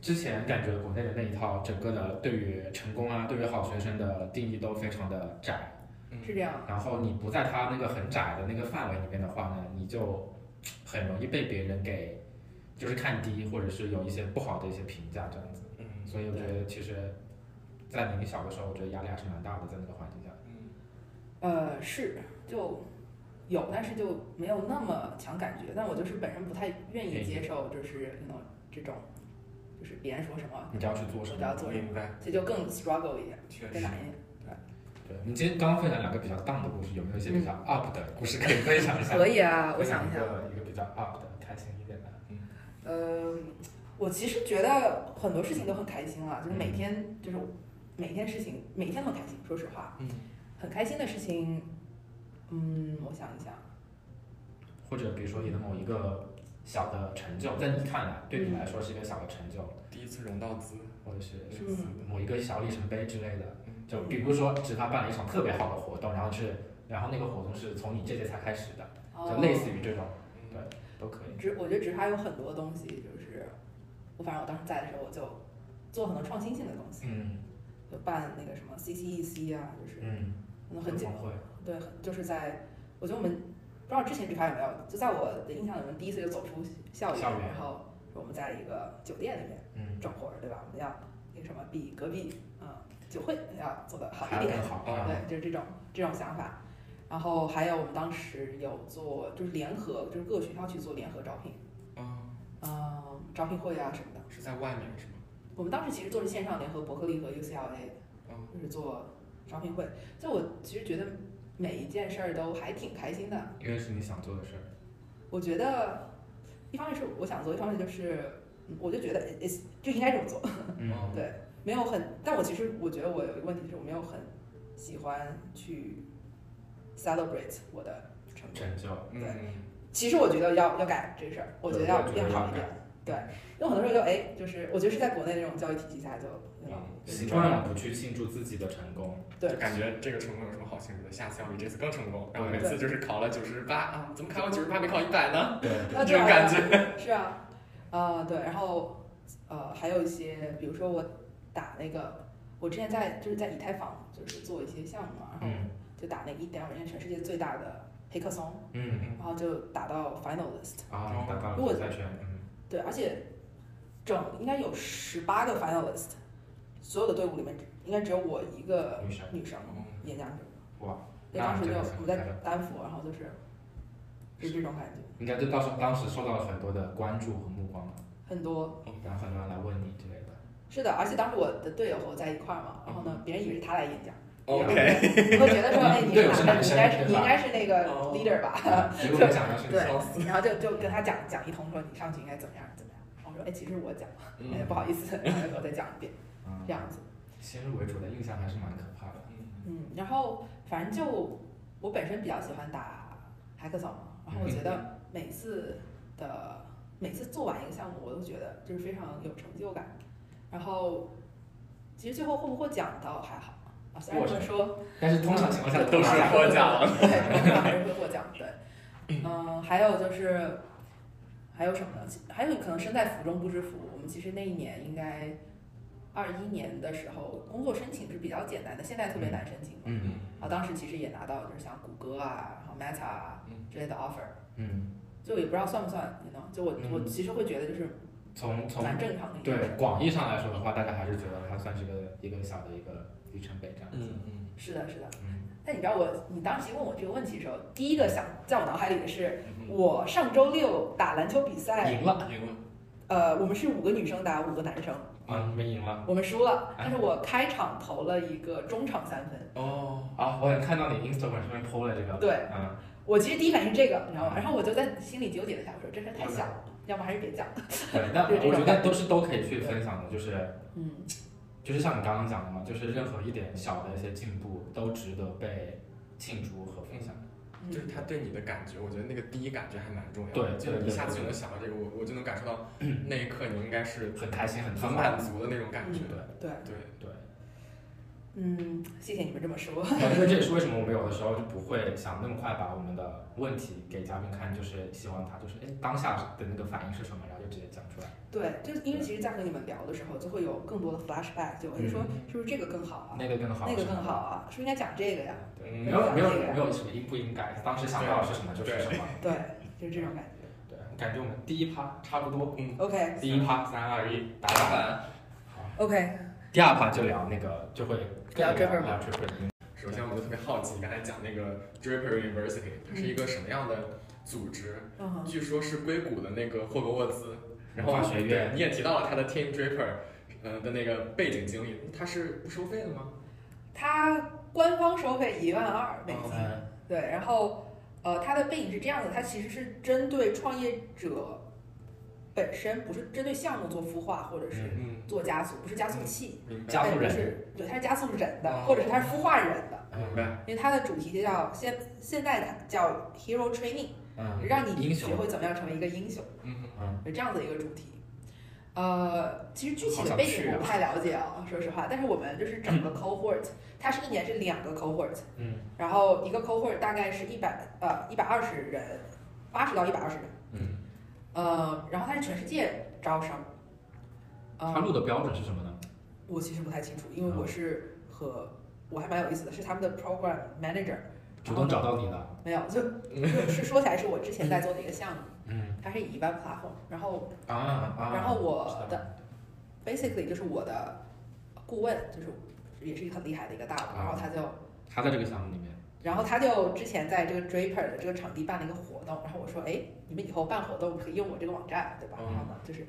A: 之前感觉国内的那一套整个的对于成功啊，对于好学生的定义都非常的窄，
B: 嗯
C: 嗯是这样。
A: 然后你不在他那个很窄的那个范围里面的话呢，你就很容易被别人给 就是看低，或者是有一些不好的一些评价这样子。
B: 嗯
A: 所以我觉得其实，在你小的时候，我觉得压力还是蛮大的，在那个环境下。
B: 嗯
C: 呃，是，就有，但是就没有那么强感觉。但我就是本人不太愿意接受，就是那种这种，就是别人说什么，
A: 你就要去做什
C: 我就。
A: 么
C: 要做什么，
B: 明白，
C: 所以就更 struggle 一点，
B: 确
C: 更
B: 实
C: 难。一点。
A: 对，你今天刚刚分享两个比较 down 的故事，有没有一些比较 up 的故事可以分享一下？
C: 可以啊，我想一下
A: 分。嗯享一个一个比较 up 的，开心一点的。
C: 呃，我其实觉得很多事情都很开心了，就是每
A: 嗯
C: 天就是每天事情每天很开心，说实话，
B: 嗯，
C: 很开心的事情，嗯，我想一想，
A: 或者比如说你的某一个小的成就，在你看来，对你来说是一个小的成就，
B: 第一次融到资，
A: 或者是
B: 类似的，
A: 某一个小里程碑之类的
B: 嗯。
A: 就比如说，只他办了一场特别好的活动，然后是，然后那个活动是从你这届才开始的，就类似于这种
C: 哦
B: 嗯
A: 都可以。
C: 直，我觉得直拍有很多东西，就是我反正我当时在的时候，我就做很多创新性的东西，
A: 嗯
C: 就办那个什么 CCEC 啊，就是
A: 嗯，
C: 嗯很久，
A: 会。
C: 对，很就是在我觉得我们不知道之前直拍有没有，就在我的印象里，我们第一次就走出校园，
A: 校园
C: 然后我们在一个酒店里面。
A: 嗯，
C: 整活儿，对吧？我们要那个什么比隔壁嗯酒会要做的好
A: 还
C: 一
A: 要
C: 点
A: 更，好啊。
C: 对，就是这种这种想法。然后还有我们当时有做就是联合，就是各个学校去做联合招聘，
B: 啊，
C: 嗯，招聘会啊什么的。
B: 是在外面是吗？
C: 我们当时其实做是线上联合伯克利和 UCLA，
B: 嗯
C: 就是做招聘会。就我其实觉得每一件事儿都还挺开心的，
A: 因为是你想做的事儿。
C: 我觉得一方面是我想做，一方面就是嗯我就觉得 it's 就应该这么做。
A: 嗯
C: 对，没有很，但我其实我觉得我有一个问题是我没有很喜欢去 celebrate 我的成就。
A: 成就。
B: 嗯，
C: 其实我觉得要要改这事儿，我觉得要
A: 对我也觉
C: 变
A: 得
C: 好
A: 要
C: 一
A: 改
C: 点。对，因为很多时候就哎，就是我觉得是在国内这种教育体系下就，对吧？
B: 嗯
A: 习惯了不去庆祝自己的成功，
C: 对
B: 就感觉这个成功有什么好庆祝的？下次要比这次更成功。然后每次就是考了九十八啊，怎么考我九十八没考一百呢？
A: 对，
C: 那
B: 这种感
C: 觉是啊，啊、对，然后呃还有一些，比如说我打那个，我之前在就是在以太坊就是做一些项目嘛，然后
A: 嗯
C: 就打那一点五年全世界最大的黑客松，
A: 嗯
C: 然后就打到 finalist。
A: 啊，达到
C: 如果
A: 了决赛圈，嗯，
C: 对，而且整应该有十八个 finalist，所有的队伍里面应该只有我一个
A: 女神，
C: 女生演讲者。
A: 嗯哇！
C: 对，
A: 那
C: 当时就
A: 真的是
C: 我们在
A: 很
C: 丹佛，然后就是就是这种感觉，
A: 应该就到时候当时受到了很多的关注和目光吧，
C: 很多
A: 然后很多人来问你之类的，
C: 是的，而且当时我的队友和我在一块儿嘛，然后
A: 嗯
C: 呢，别人以为是他来演讲，
B: 哦 OK，
C: 我会 觉得说，哎，你
A: 队友是
C: 哪
A: 男
C: 你
A: 生
C: 应该是你
A: 对吧
C: 应该是那个
B: 哦
C: leader 吧，
A: 结果没想到是
C: 对
A: 你，
C: 然后就就跟他讲讲一通，说你上去应该怎么样怎么样。我说，哎，其实我讲，哎，不好意思，我再讲一遍，这
A: 嗯，
C: 样子。
A: 先入为主的印象还是蛮可怕的，
C: 嗯，然后反正就我本身比较喜欢打骇客松，然后我觉
A: 嗯
C: 得每次的每次做完一个项目，我都觉得就是非常有成就感。然后其实最后获不获奖倒还好啊，虽然
A: 过
C: 这么
A: 程
C: 说，
A: 但是通常情况下
B: 都是获奖了
C: 对，通常还是会获奖。对，嗯，还有就是还有什么呢？还有可能身在福中不知福。我们其实那一年应该二一年的时候，工作申请是比较简单的，现在特别难申请。
A: 嗯
C: 啊，当时其实也拿到就是像谷歌啊，然后 Meta 啊
B: 嗯
C: 之类的 offer，
A: 嗯，
C: 就也不知道算不算，你 know，就我、我
A: 嗯
C: 其实会觉得就是
A: 从从
C: 蛮正常的一件
A: 对
C: 事。
A: 广义上来说的话，大家还是觉得它算是个一个小的一个里程碑这样子，
B: 嗯
C: 是的，是的。
A: 嗯，
C: 但你知道我，你当时问我这个问题的时候，第一个想在我脑海里的是，
B: 嗯，
C: 我上周六打篮球比赛，
A: 赢了，
B: 赢了，
C: 呃，我们是五个女生打五个男生，
A: 嗯，没赢了，
C: 我们输了，但是我开场投了一个中场三分。
B: 哦，
A: 啊，我也看到你 Instagram 上面 PO 了这个，
C: 对
A: 嗯，
C: 我其实第一反应是这个，你知道吗？然后我就在心里纠结了一下，我说这事儿太小了，要么还是别讲。
A: 对，但
C: 对这
A: 我
C: 种
A: 觉得都是都可以去分享的，就是。
C: 嗯，
A: 就是像你刚刚讲的嘛，就是任何一点小的一些进步都值得被庆祝和分享。
C: 嗯
B: 就是他对你的感觉，我觉得那个第一感觉还蛮重要的。
A: 对
B: 就
A: 对
B: 你
A: 对
B: 一下子
A: 对
B: 就能想到这个，我我就能感受 到那一刻你应该是
A: 很开心，很自
B: 很
A: 豪。
B: 满足的那种感觉。
C: 对，
B: 对，
A: 对，
C: 嗯，谢谢你们这么说。
A: 呃因为这也是为什么我们有的时候就不会想那么快把我们的问题给嘉宾看，就是希望他就是哎当下的那个反应是什么，然后就直接讲出来。
C: 对，就是因为其实，在和你们聊的时候，就会有更多的 flashback，就会说
B: 嗯
C: 是不是这个更好啊，
A: 那个更好，
C: 那个更好。啊，是不是应该讲这个呀？
A: 对，
B: 嗯
A: 没有没有没有什么应不应该，当时想到的是什么就是什么。
C: 对，就是这种感觉。
A: 对，感觉我们第一趴差不多，
C: OK
A: 嗯第一趴三二一打
B: 嗯打
A: 板。
B: 板
C: OK，
A: 第二趴就聊那个就会更
C: 聊这份儿吗
A: 聊这份儿
B: 是首先我就特别好奇，你刚才讲那个 Draper University，它
A: 嗯
B: 是一个什么样的组织？
C: 嗯哼，
B: 据说是硅谷的那个霍格沃兹，然后
A: 文化学院
B: 对你也提到了他的 Tim Draper，呃的那个背景经历，他是不收费的吗？
C: 它官方收费一万二美金，
A: 嗯，
C: 对，然后呃，它的背景是这样的，它其实是针对创业者本身，不是针对项目做孵化或者是
B: 嗯，
C: 做加速，不是加速器，
B: 明白，
A: 嗯加
C: 对
A: 速人
C: 不是对，它是加速人的，
B: 哦
C: 或者是它是孵化人的，
B: 明白，
C: 因为它的主题就叫现现在的叫 hero training，
A: 嗯，
C: 让你
A: 英
C: 学
A: 雄，
C: 会怎么样成为一个英雄，
B: 嗯，
A: 嗯，
C: 有这样的一个主题。呃，其实具体
A: 好
C: 的
A: 想
C: 背
A: 去
C: 景
A: 啊
C: 我不太了解啊，说实话，但是我们就是整 个 cohort，它是一年是两个 cohort，
A: 嗯，
C: 然后一个 cohort 大概是一百呃一百二十人，八十到一百二十人，
A: 嗯，
C: 呃，然后它是全世界招生，
A: 他
C: 呃，
A: 录的嗯标准是什么呢？
C: 我其实不太清楚，因为我是和我还蛮有意思的，是他们的 program manager
A: 主动找到你的，
C: 没有， 就就是说起来是我之前在做的一个项目，
A: 嗯
C: 它是以一万 platform，然后
A: 啊啊，
C: 然后
A: 知道
C: 我
A: 了
C: 的 basically 就是我的顾问，就是也是一个很厉害的一个大佬，然后他就
A: 他在这个项目里面，
C: 然后他就之前在这个 Draper 的这个场地办了一个活动，然后我说，哎，你们以后办活动可以用我这个网站，对吧？
A: 嗯
C: 然后呢，就是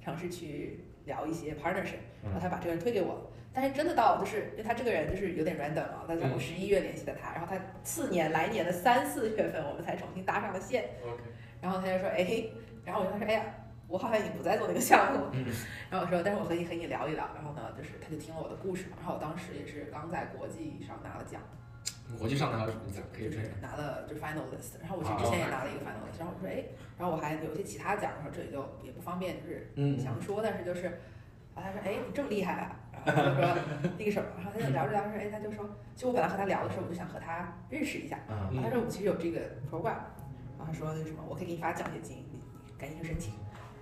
C: 尝试去聊一些 partnership，
A: 嗯
C: 然后他把这个人推给我，但是真的到就是因为他这个人就是有点 random 啊，但是我
B: 嗯
C: 十一月联系的他，然后他次年来年的三四月份我们才重新搭上了线，
B: OK，
C: 然后他就说，哎，然后我就说，哎呀，我好像已经不在做那个项目了。
A: 嗯
C: 然后我说，但是我和你和你聊一聊。然后呢，就是他就听了我的故事嘛。然后我当时也是刚在国际上拿了奖，
B: 国际上拿了什么奖？可以
C: 就
B: 这
C: 是
B: 样，哦
C: 拿了就是 finalist。然后我
A: 啊
C: 之前也拿了一个 finalist。然后我说，哎，然后我还有一些其他奖，然后这里就也不方便就是
A: 嗯
C: 详说，但是就是，然后他说，哎，你这么厉害啊？然后他 就说那个什么，然后他就聊着聊着，哎，他就说，其实我本来和他聊的时候，我就想和他认识一下。
A: 嗯
C: 然后他说我们其实有这个 program，然后他说那个什么，我可以给你发奖学金，你你赶紧去申请。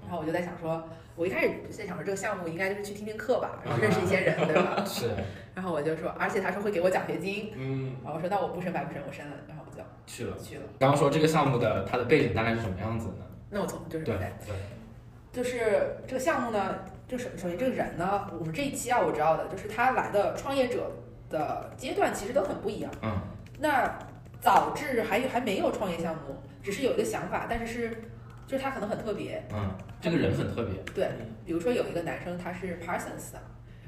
C: 然后我就在想说，我一开始在想说这个项目应该就是去听听课吧，然后认识一些人，对吧？
A: 啊是
C: 然后我就说，而且他说会给我奖学金，
B: 嗯，
C: 然后我说那我不申白不申，我申了，然后我就
A: 去了。
C: 去了。
A: 刚刚说这个项目的它的背景大概是什么样子呢？
C: 那我从就是
A: 对
C: 对
A: 对，
C: 就是这个项目呢，就首首先这个人呢，我们这一期啊，我知道的就是他来的创业者的阶段其实都很不一样。
A: 嗯，
C: 那早至还有还没有创业项目，只是有一个想法，但是是就是他可能很特别，
A: 嗯，这个人很特别，
C: 对，比如说有一个男生他是 Parsons 的，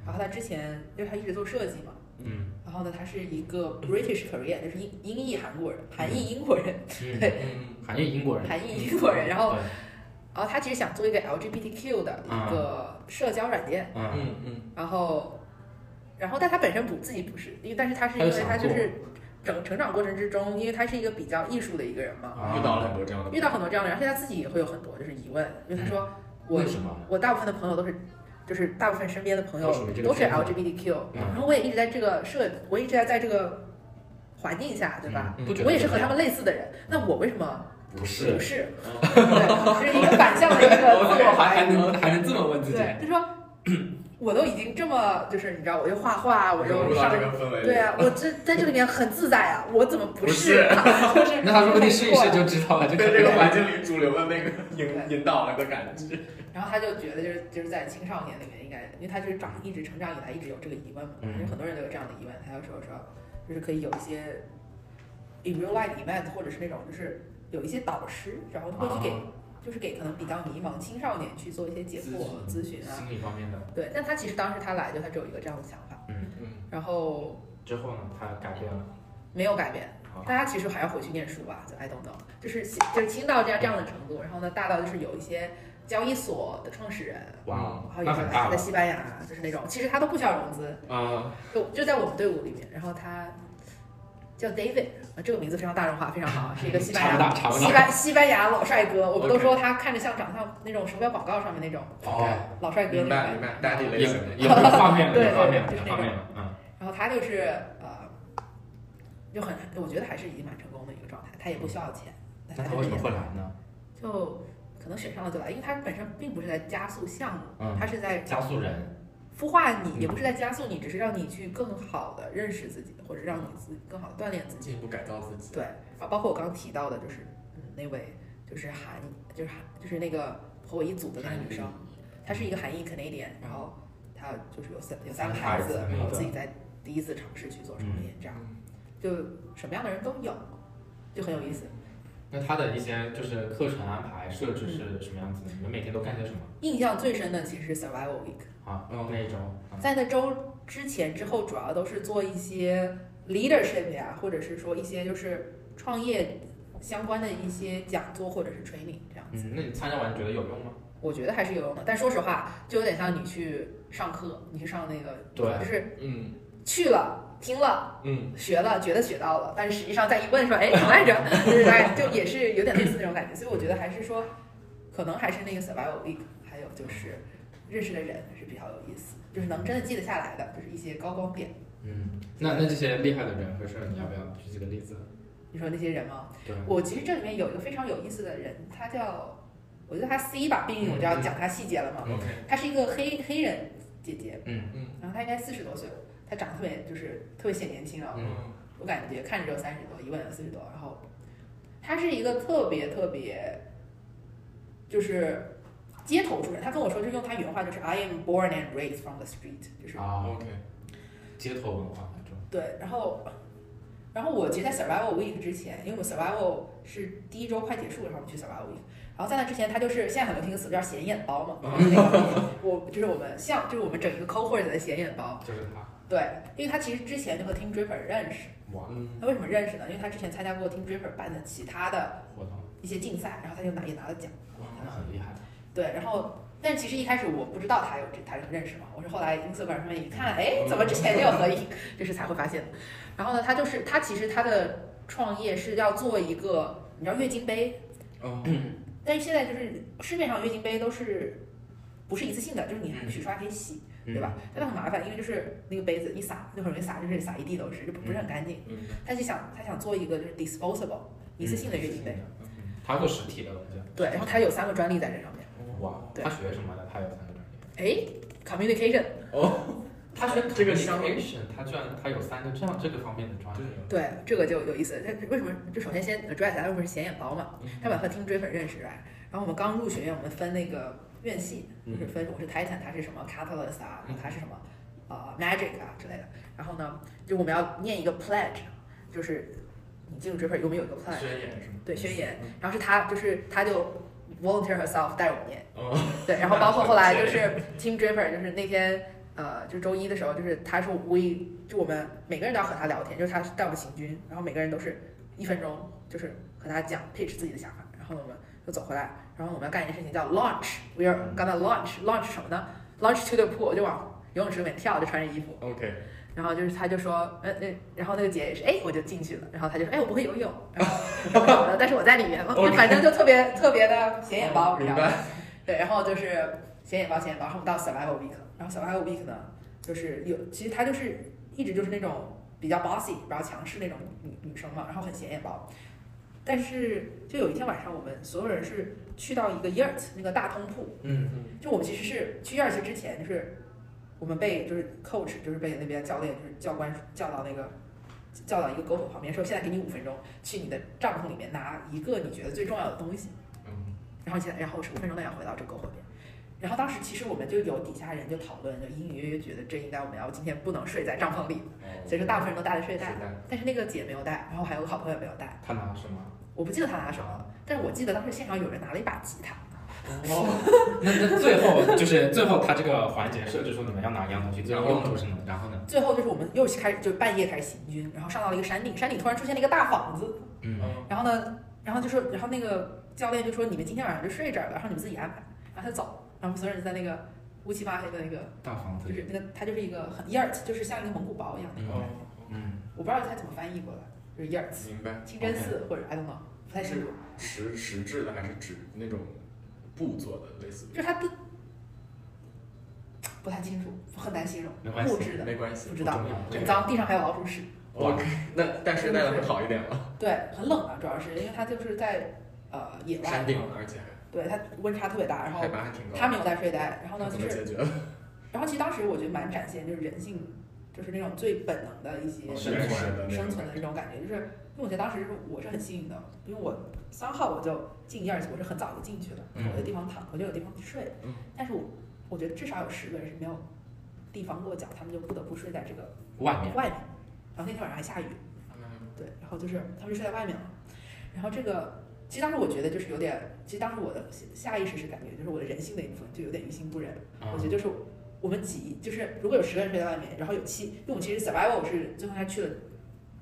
C: 然后他之前因为他一直做设计嘛，
A: 嗯，
C: 然后呢他是一个 British Korean，就是英英裔韩国人，韩裔英国人，
A: 嗯，
B: 嗯，
A: 韩裔英国人，
C: 韩裔英国人，然后
A: 对，
C: 然后他其实想做一个 LGBTQ 的一个社交软件，
A: 嗯，
B: 嗯嗯，
C: 然后然后但他本身不自己不是，因为但是他是因为
A: 他有想
C: 他就
A: 做
C: 是整成长过程之中，因为他是一个比较艺术的一个人嘛，
A: 啊
B: 遇到了很多这样的，
C: 遇到很多这样的人，而且他自己也会有很多就是疑问，因为他
A: 嗯
C: 说我
A: 为什么？
C: 我大部分的朋友都是，就是大部分身边的朋友
A: 都属于这个
C: 都是
A: 圈子
C: LGBTQ，然
A: 嗯，
C: 后我也一直在这个社，我一直在在这个环境下，对吧？
A: 嗯不觉得
C: 我也是和
A: 怎么
C: 他
A: 样
C: 们类似的人，那我为什么
A: 不
C: 不
A: 是，
C: 是？对，就是一个反向的一个自我
A: 还
C: 怀
A: 还
C: 疑。
A: 能还能这么问自己？
C: 对，就说我都已经这么，就是你知道，我又画画，我
B: 融
C: 又
B: 入到
C: 上
B: 这，个氛围里，
C: 对啊，我这在这里面很自在啊，我怎么不是啊？ 就是
A: 那他说不定
C: 很
A: 试一
C: 困
A: 试就知道了，就
B: 被这个环境里主流的那个引引导了的感觉，
C: 然后他就觉得就是就是在青少年里面应该，因为他就是长一直成长以来一直有这个疑问嘛，
A: 嗯
C: 有、很多人都有这样的疑问，他就说说就是可以有一些 in real life event 或者是那种就是有一些导师，然后会去给、
A: 啊
C: 就是给可能比较迷茫青少年去做一些解惑咨询啊，
A: 心理方面的。
C: 对。但他其实当时他来就他只有一个这样的想法，
A: 嗯，
B: 嗯，
C: 然后
A: 之后呢，他改变了。
C: 没有改变
A: 好。
C: 大家其实还要回去念书吧，就 I don't know，就是就是轻到这样这样的程度，然后呢，大到就是有一些交易所的创始人，
A: 哇哦，
C: 然后
A: 那
C: 有的
A: 很大
C: 嗯还在
A: 了。
C: 西班牙，就是那种其实他都不需要融资，
B: 啊，
C: 就就在我们队伍里面。然后他叫 David，呃这个名字非常大众化，非常 好，是一个西班
A: 查不
C: 牙
A: 到，查不
C: 西
A: 到。
C: 班西班牙老帅哥。我们都说他看着像长相那种手表广告上面那种
A: 哦，
C: 老帅哥
B: 明
C: 那
B: 白
C: 种
B: 明。白，大地
A: 有
B: 类型的，
A: 有画面了，
C: 对
A: 有画面了，
C: 对
A: 有画面了。嗯，
C: 然后他就是呃，就很我觉得还是已经蛮成功的一个状态，他也不需要钱，但
A: 那
C: 他
A: 他
C: 就
A: 为什
C: 是
A: 么会来呢？
C: 就可能选上了就来，因为他本身并不是在加速项目，
A: 嗯
C: 他是在
A: 加速人。
C: 孵化你，
A: 嗯
C: 也不是在加速你，只是让你去更好的认识自己，或者让你自己更好的锻炼自己。
B: 进一步改造自己，
C: 对，啊，包括我刚刚提到的，就是嗯那位就是韩，就是韩，就是那个和我一组的那个女生，她是一个韩裔 Canadian，然后她就是有三有三个
A: 三个孩
C: 孩子
A: 子，
C: 然后
A: 对
C: 自己在第一次尝试去做创业，这样
B: 嗯
C: 就什么样的人都有，就很有意思。
A: 那他的一些就是课程安排设置是什么样子的？你们每天都干些什么
C: 印象最深的其实是 Survival Week，
A: 啊？
C: 嗯
A: 那一周啊
C: 在那周之前之后，主要都是做一些 leadership 呀、或者是说一些就是创业相关的一些讲座或者是 training 这样子。
A: 嗯，那你参加完你觉得有用吗？
C: 我觉得还是有用的，但说实话，就有点像你去上课，你去上那个，
A: 对
C: 就是
B: 嗯
C: 去了。听了
A: 嗯，
C: 学了，觉得学到了，但是实际上再一问说，哎，什么来 着？就是大概就也是有点类似那种感觉，所以我觉得还是说，可能还是那个 survival week，还有就是认识的人是比较有意思，就是能真的记得下来的，就是一些高光点。
A: 嗯，那那这些厉害的人和事儿，你要不要举几个例子？
C: 你说那些人吗？
A: 对，
C: 我其实这里面有一个非常有意思的人，他叫，我觉得他 C 吧，毕竟我就
A: 嗯
C: 要讲他细节了嘛。
B: ，OK，
C: 她是一个黑黑人姐姐，
A: 嗯
C: 然后她应该四十多岁了，她长得特别就是特别显年轻啊，
A: 嗯
C: 我感觉看着就三十多，一问有四十多。然后她是一个特别特别，就是街头出身。她跟我说，就用她原话就是 “I am born and raised from the street”，就是
A: 啊，
B: OK，
A: 街头文化那种，
C: 对，然后，然后我其实，在 Survival Week 之前，因为我们 Survival 是第一周快结束，然后我们去 Survival Week，然后在那之前，他就是现在很流行一个词叫显眼包嘛，就是那个 我就是我们像就是我们整一个 cohort 的显眼包，
A: 就是他，
C: 对，因为他其实之前就和 Team Draper 认识，
A: 哇，
B: 嗯
C: 他为什么认识呢？因为他之前参加过 Team Draper 办的其他的
A: 活动
C: 一些竞赛，然后他就拿也拿了奖，
A: 哇，那很厉害，
C: 对，然后。但其实一开始我不知道他有这他认识嘛，我是后来 Instagram 上面一看，哎，怎么之前没有合影？ 这是才会发现的。然后呢，他就是他其实他的创业是要做一个，你知道月经杯，
B: 哦，
C: 但是现在就是市面上月经杯都是不是一次性的，就是你还洗刷可以洗，
A: 嗯
C: 对吧？但它很麻烦，因为就是那个杯子一撒就很容易撒，就是撒一地都是，就不不是很干净。
B: 嗯，
C: 他就想他想做一个就是 disposable 一次性的月经杯，
A: 嗯？他做实体的东西，
C: 对，然后他有三个专利在这上面。
A: 哇，
C: 对
A: 他学什么的？他有三个专业，
C: 哎，communication，
A: 他学
B: 这个相
A: communication，他居然他有三个这样这个方面的专业，
B: 对
C: 对，这个就有意思。但是为什么？就首先先 address 他为什么是显眼包嘛？他把他听追粉认识来，然后我们刚入学院，我们分那个院系，就是分我是 Titan，他是什么 Catalyst 啊，然后他是什么呃 Magic 啊之类的。然后呢，就我们要念一个 pledge，就是你进入追粉有没有一个 pledge？
B: 宣言
A: 嗯
B: 是吗？
C: 对宣言。然后是他，就是他就 volunteer herself 带着我们念。
B: 哦，
C: 对，然后包括后来就是 Team Draper，就是那天呃，就周一的时候，就是他说 we 就我们每个人都要和他聊天，就是他带我们行军，然后每个人都是一分钟，就是和他讲 pitch 自己的想法，然后我们就走回来，然后我们要干一件事情叫 launch，we are gonna launch launch 什么呢？launch to the pool 就往游泳池里面跳，就穿着衣服，
B: OK，
C: 然后就是他就说，嗯嗯，然后那个姐也是，哎，我就进去了，然后他就说，哎，我不会游泳，然后然后什么的，但是我在里面嘛，就
B: OK 哦
C: 反正就特别特别的显眼包，你知
B: 明
C: 道吗？
B: 白，
C: 对，然后就是显眼包显眼包，然后我们到 survival week，然后 survival week 呢，就是有其实她就是一直就是那种比较 bossy、比较强势那种女女生嘛，然后很显眼包。但是就有一天晚上，我们所有人是去到一个 yurt 那个大通铺，
A: 嗯，
C: 就我们其实是去 yurt 之前，就是我们被就是 coach 就是被那边教练就是教官叫到那个。叫到一个篝火旁边，说现在给你五分钟，去你的帐篷里面拿一个你觉得最重要的东西。
B: 嗯
C: 然后现在，然后十五分钟内要回到这个篝火边。然后当时其实我们就有底下人就讨论，就隐隐约约觉得这应该我们要今天不能睡在帐篷
A: 哦
C: 里，所以说大部分人都带着睡
B: 时
C: 袋，
B: 代，
C: 但是那个姐没有带，然后还有个好朋友没有带，
A: 他拿什么？
C: 我不记得她拿什么了，但是我记得当时现场有人拿了一把吉他，
B: 哦，
A: 那那最后就是最后他这个环节设置说你们要拿一样东西，最后用途是什么？然后呢？
C: 最后就是我们又开始就半夜开始行军，然后上到了一个山顶，山顶突然出现了一个大房子，
A: 嗯，
C: 然后呢，然后就说，然后那个教练就说你们今天晚上就睡这儿了，然后你们自己安排，然后他走，然后我们所有人就在那个乌漆嘛黑的那个，
A: 大房子
C: 就
A: 里，
C: 是那个它就是一个很 yurt，就是像一个蒙古包一样的那种感觉。
B: 哦，
A: 嗯，
C: 我不知道它怎么翻译过来，就是 yurt
B: 明白，
C: 清真寺或者 I don't know，不太清楚。
B: 实实质的还是指那种布做的，类似
C: 就是它的不太清楚，很难形容，
A: 没关系
C: 木质
B: 于，
C: 的，
B: 没关系
C: 不，知
A: 不
C: 道，
A: 重要，
C: 很脏，地上还有老鼠屎。
A: 哇
B: OK，那但是带的会好一点了，
C: 对，很冷啊，主要是因为它就是在呃野外
B: 山顶了，
C: 嘛，
B: 而且
C: 对它温差特别大，然后
B: 海拔还挺高。
C: 他没有带睡袋，然后呢
B: 那
C: 就
B: 怎么
C: 是，
B: 解决的？
C: 然后其实当时我觉得蛮展现就是人性，就是那种最本能的一些
A: 哦是的
B: 原始的那种
C: 生存的那种感觉，就是因为我觉得当时是我是很幸运的，因为我三号我就进一二级，我是很早就进去了，
A: 嗯
C: 我有地方躺，我就有地方睡，
B: 嗯
C: 但是我我觉得至少有十个人是没有地方落脚，他们就不得不睡在这个
A: 外面
C: 外面，然后那天晚上还下雨，
B: 嗯
C: 对，然后就是他们就睡在外面了。然后这个其实当时我觉得就是有点，其实当时我的下意识是感觉就是我的人性的一部分就有点于心不忍。
A: 啊
C: 我觉得就是我们几就是如果有十个人睡在外面，然后有七，因为我们其实 survival 是最后还去了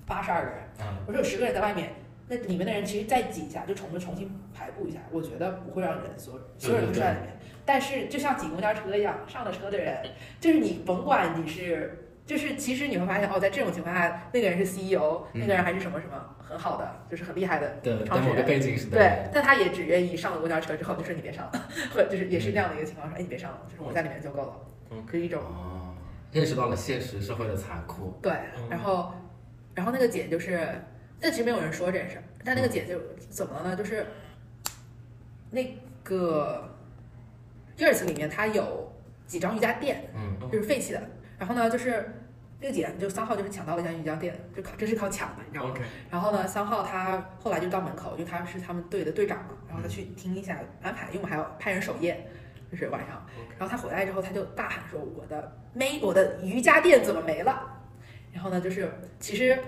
C: 八十二个人，
A: 啊
C: 我说有十个人在外面，那里面的人其实再挤一下，就重重新排布一下，我觉得不会让人所有所有人都睡在里面。但是就像挤公交车一样，上了车的人，就是你甭管你是。就是其实你会发现哦，在这种情况下，那个人是 CEO，、
A: 嗯
C: 那个人还是什么什么很好的，就是很厉害的，
A: 的
C: 创
A: 的
C: 始
A: 某个
C: 人
A: 背景是
C: 对，但他也只愿意上了公交车之后就说你别上了，或者就是也是那样的一个情况，说哎你别上了，就是我在里面就够了，
B: OK
C: 是一种
A: 哦，认识到了现实社会的残酷。
C: 对，
B: 嗯
C: 然后，然后那个姐就是，但其实没有人说这件事儿，但那个姐就怎么了呢？就是那个 Yers 里面它有几张瑜伽垫，
A: 嗯
C: 就是废弃的，然后呢就是。那个姐就三号就是抢到了一家瑜伽垫，就靠真是靠抢的，你知道吗？
B: OK，
C: 然后呢，三号他后来就到门口，因为他是他们队的队长嘛，然后他去
A: 嗯
C: 听一下安排，因为我们还要派人守夜，就是晚上。然后他回来之后，他就大喊说：“我的没，我的瑜伽垫怎么没了？”然后呢，就是其实，